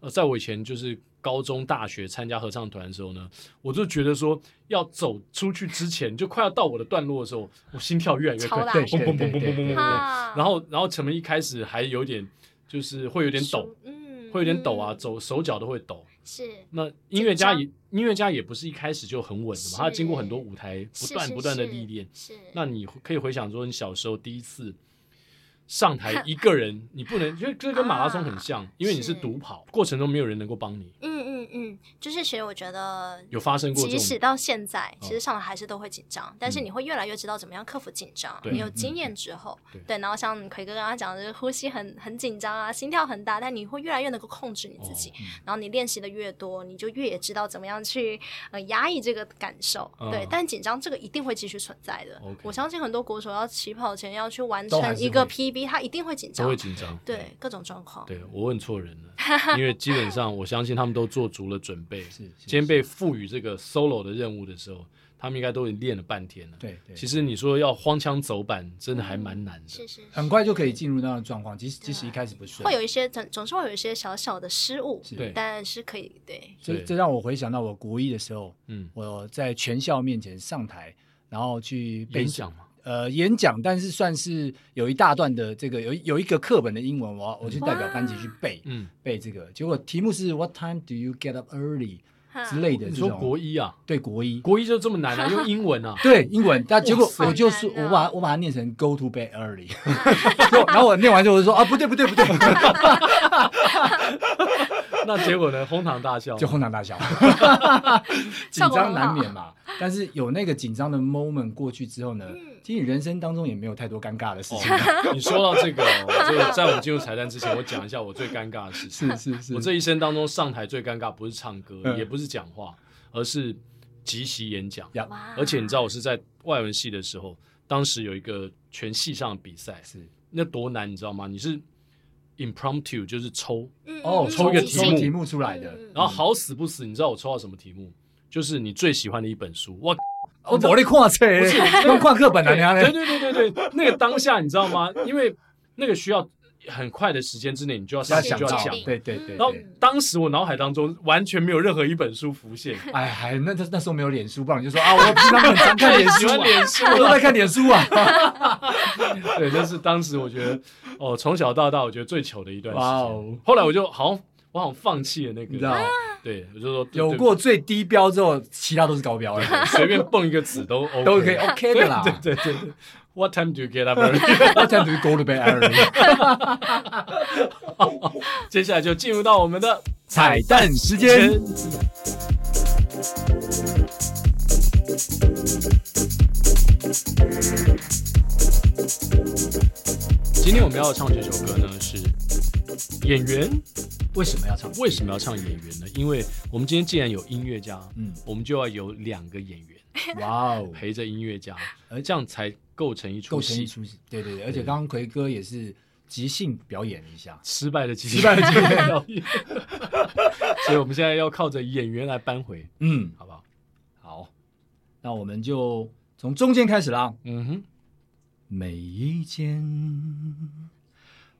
Speaker 1: 呃，在我以前就是高中、大学参加合唱团的时候呢，我就觉得说要走出去之前，就快要到我的段落的时候，我心跳越来越快
Speaker 4: 超，大
Speaker 2: 对
Speaker 4: 声
Speaker 2: 对
Speaker 1: 嘣嘣
Speaker 2: 对
Speaker 1: 嘣嘣
Speaker 2: 对
Speaker 1: 嘣
Speaker 2: 对
Speaker 1: 嘣
Speaker 2: 对
Speaker 1: 嘣。
Speaker 4: 啊，
Speaker 1: 然后，然后陈明一开始还有点，就是会有点抖
Speaker 4: 熟，，嗯，
Speaker 1: 会有点抖啊，
Speaker 4: 嗯
Speaker 1: 走手脚都会抖。
Speaker 4: 是
Speaker 1: 那音乐家
Speaker 4: 紧张
Speaker 1: 也音乐家也不是一开始就很稳的嘛，
Speaker 4: 是
Speaker 1: 他经过很多舞台不
Speaker 4: 是
Speaker 1: 断
Speaker 4: 是
Speaker 1: 不断的
Speaker 4: 是
Speaker 1: 历练。
Speaker 4: 是，
Speaker 1: 那你可以回想说，你小时候第一次上台一个人，你不能，因为这跟马拉松很像，因为你是
Speaker 4: 是
Speaker 1: 独跑，过程中没有人能够帮你。
Speaker 4: 嗯嗯嗯，就是其实我觉得
Speaker 1: 有发生过这
Speaker 4: 即使
Speaker 1: 种，
Speaker 4: 到现在，其
Speaker 1: 哦
Speaker 4: 实上来还是都会紧张，但是
Speaker 1: 嗯
Speaker 4: 你会越来越知道怎么样克服紧张。
Speaker 1: 对嗯
Speaker 4: 你有经验之后，
Speaker 1: 对
Speaker 4: 对，然后像奎哥刚刚讲的，就是呼吸很很紧张啊，心跳很大，但你会越来越能够控制你自己。
Speaker 1: 哦
Speaker 4: 然后你练习的越多，你就越也知道怎么样去呃压抑这个感受。
Speaker 1: 嗯
Speaker 4: 对，但紧张这个一定会继续存在的。
Speaker 1: OK
Speaker 4: 我相信很多国手要起跑前要去完
Speaker 2: 都还
Speaker 4: 成
Speaker 2: 是
Speaker 4: 一个
Speaker 2: 会
Speaker 4: PB，他一定会紧
Speaker 1: 都
Speaker 4: 张
Speaker 1: 会。紧张。
Speaker 4: 对，各种状况。
Speaker 1: 对我问错人了，因为基本上我相信他们都做足了准备。
Speaker 2: 是是
Speaker 1: 今天被赋予这个 solo 的任务的时候，他们应该都已经练了半天了。
Speaker 2: 对对，
Speaker 1: 其实你说要荒腔走板，真的还蛮难的
Speaker 4: 是。是，
Speaker 2: 很快就可以进入那样的状况，即使即使一开始不顺，
Speaker 4: 会有一些总总是会有一些小小的失误
Speaker 2: 是，
Speaker 1: 对
Speaker 4: 但是可以对。
Speaker 2: 这
Speaker 1: 对
Speaker 2: 这让我回想到我国一的时候，
Speaker 1: 嗯，
Speaker 2: 我在全校面前上台，然后去背
Speaker 1: 演讲嘛，
Speaker 2: 呃演讲，但是算是有一大段的这个有一有一个课本的英文，我我去代表班级去背
Speaker 1: 嗯，
Speaker 2: 背这个，结果题目是 What time do you get up early
Speaker 4: 哈
Speaker 2: 之类的
Speaker 1: 你
Speaker 2: 这
Speaker 1: 说
Speaker 2: 种，
Speaker 1: 国一啊，
Speaker 2: 对国一。，
Speaker 1: 国一就这么 难啊，用英文啊
Speaker 2: 对英文，但结果
Speaker 4: 哇塞
Speaker 2: 我就是
Speaker 4: 好难
Speaker 2: 我
Speaker 4: 哦
Speaker 2: 把我把它念成 go to bed early，然后 然后我念完之后我就说啊不对不对不对，
Speaker 1: 那结果呢？哄堂大笑。
Speaker 2: 就哄堂大笑，紧张难免嘛。但是有那个紧张的 moment 过去之后呢
Speaker 4: 嗯，
Speaker 2: 其实你人生当中也没有太多尴尬的事情。
Speaker 1: 哦， 你说到这个、哦，这 个在我们进入彩蛋之前，我讲一下我最尴尬的事情。
Speaker 2: 是是是，
Speaker 1: 我这一生当中上台最尴尬不是唱歌，
Speaker 2: 嗯
Speaker 1: 也不是讲话，而是即席演讲。
Speaker 2: 呀
Speaker 4: 哇
Speaker 1: 而且你知道我是在外文系的时候，当时有一个全系上的比赛，
Speaker 2: 是
Speaker 1: 那多难你知道吗？你是 impromptu 就是抽，
Speaker 4: 嗯
Speaker 2: 哦，
Speaker 4: 嗯
Speaker 1: 抽一个
Speaker 4: 嗯
Speaker 1: 题目
Speaker 2: 抽题目出来的。
Speaker 4: 嗯
Speaker 1: 然后好死不死，你知道我抽到什么题目？就是你最喜欢的一本书。哇，
Speaker 2: 哦我我在看册， 用看课本啊，你
Speaker 1: 对
Speaker 2: 看
Speaker 1: 对对对对，那个当下你知道吗？ 因为那个需要很快的时间之内，你就要上
Speaker 2: 要
Speaker 1: 去
Speaker 2: 想
Speaker 1: 就
Speaker 2: 到
Speaker 1: 要
Speaker 4: 是
Speaker 1: 讲。
Speaker 2: 对对对
Speaker 1: 然后
Speaker 2: 对。
Speaker 1: 当时我脑海当中完全没有任何一本书浮现，
Speaker 2: 哎，还那那那时候没有脸书，不然我就说啊，我平常很常 看脸书
Speaker 1: 喜欢脸
Speaker 2: 啊，我都在看脸书啊。
Speaker 1: 对，那是当时我觉得哦，从小到大我觉得最糗的一段时
Speaker 2: 哇
Speaker 1: 间
Speaker 2: 哦。
Speaker 1: 后来我就好像我好像放弃了那
Speaker 2: 你知道啊
Speaker 1: 个，，对，我就说对
Speaker 2: 有
Speaker 1: 对
Speaker 2: 过最低标之后，其他都是高标了，
Speaker 1: 随便蹦一个字都 OK，
Speaker 2: 都可以 OK 的啦。
Speaker 1: 对对对对，What time do you get up early？
Speaker 2: 那这样子就 go to bed early。
Speaker 1: 接下来就进入到我们的
Speaker 2: 彩蛋时间，
Speaker 1: 今天我们要唱这首歌呢，是演员
Speaker 2: 为什么要唱？
Speaker 1: 为什么要唱演员呢？因因为我们今天既然有音乐家，
Speaker 2: 嗯，
Speaker 1: 我们就要有两个演员
Speaker 2: 哇哦，
Speaker 1: 陪着音乐家
Speaker 2: 而，
Speaker 1: 这样才构成一出
Speaker 2: 构成一
Speaker 1: 戏。
Speaker 2: 出戏，对对对，而且刚刚奎哥也是即兴表演了一下，
Speaker 1: 失败的机
Speaker 2: 失败的经验
Speaker 1: 会， 所以我们现在要靠着演员来扳回，
Speaker 2: 嗯，
Speaker 1: 好不好？
Speaker 2: 好，那我们就从中间开始啦。
Speaker 1: 嗯哼，
Speaker 2: 没意见，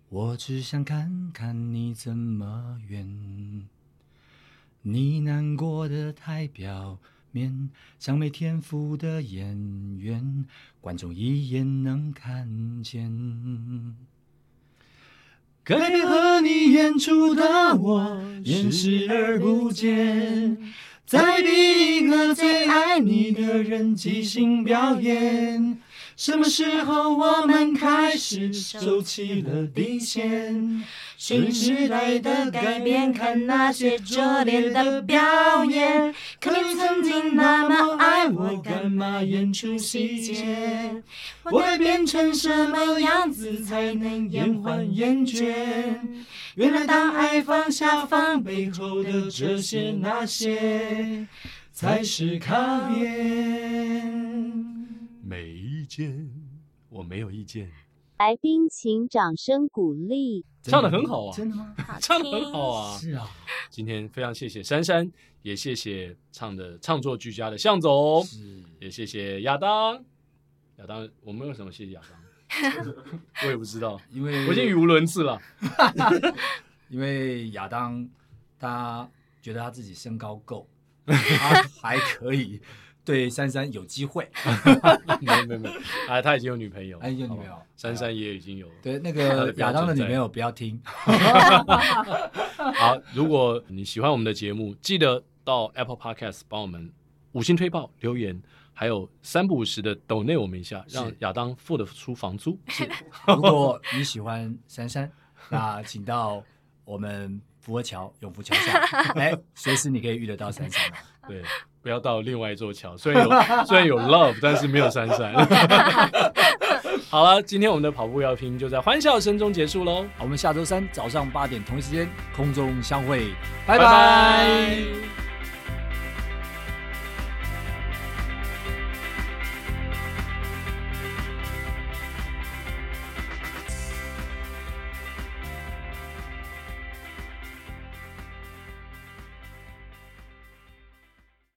Speaker 2: 我只想看看你怎么圆。你难过的太表面，像没天赋的演员，观众一眼能看见。该和你演出的我，掩视而不见。在逼你和最爱你的人即兴表演。什么时候我们开始收起了底线？新时代的改变，看那些拙劣的表演。可你曾经那么爱我，干嘛演出细节？我该变成什么样子才能延缓厌倦？原来当爱放下防备后的这些那些，才是考验。
Speaker 1: 没意见，我没有意见，
Speaker 6: 来宾请掌声鼓励。
Speaker 1: 唱的很好啊，
Speaker 2: 真的吗？
Speaker 4: 好
Speaker 1: 唱的
Speaker 4: 听
Speaker 1: 很好啊。
Speaker 2: 是啊，
Speaker 1: 今天非常谢谢珊珊，也谢谢唱的唱作俱佳的向总，
Speaker 2: 是
Speaker 1: 也谢谢亚当。亚当，我们为什么谢谢亚当？ 我也不知道，
Speaker 2: 因为
Speaker 1: 我已经语无伦次 了。
Speaker 2: 因为亚当他觉得他自己身高 够，他还可以对珊珊有机会。
Speaker 1: 没有没有 没有，哎，他已经有女朋友了，
Speaker 2: 哎有女
Speaker 1: 好不好
Speaker 2: 朋友
Speaker 1: 珊珊也已经有。
Speaker 2: 对，那
Speaker 1: 他的
Speaker 2: 个
Speaker 1: 标准
Speaker 2: 亚当的女
Speaker 1: 在
Speaker 2: 朋友不要听，
Speaker 1: 好，如果你喜欢我们的节目，记得到 Apple Podcast 帮我们五星推爆、留言，还有三不五时的抖内我们一下，让亚当付得出房租。
Speaker 2: 如果你喜欢 珊珊，那请到我们福和桥永福桥 下，哎，随时你可以遇得到珊啊珊。
Speaker 1: 对，不要到另外一座桥。虽然有虽然有 love，但是没有珊 珊。好了，今天我们的跑步要听就在欢笑声中结束喽，
Speaker 2: 好我们下周三早上八点同一时间空中相会，拜
Speaker 1: 拜
Speaker 2: 拜。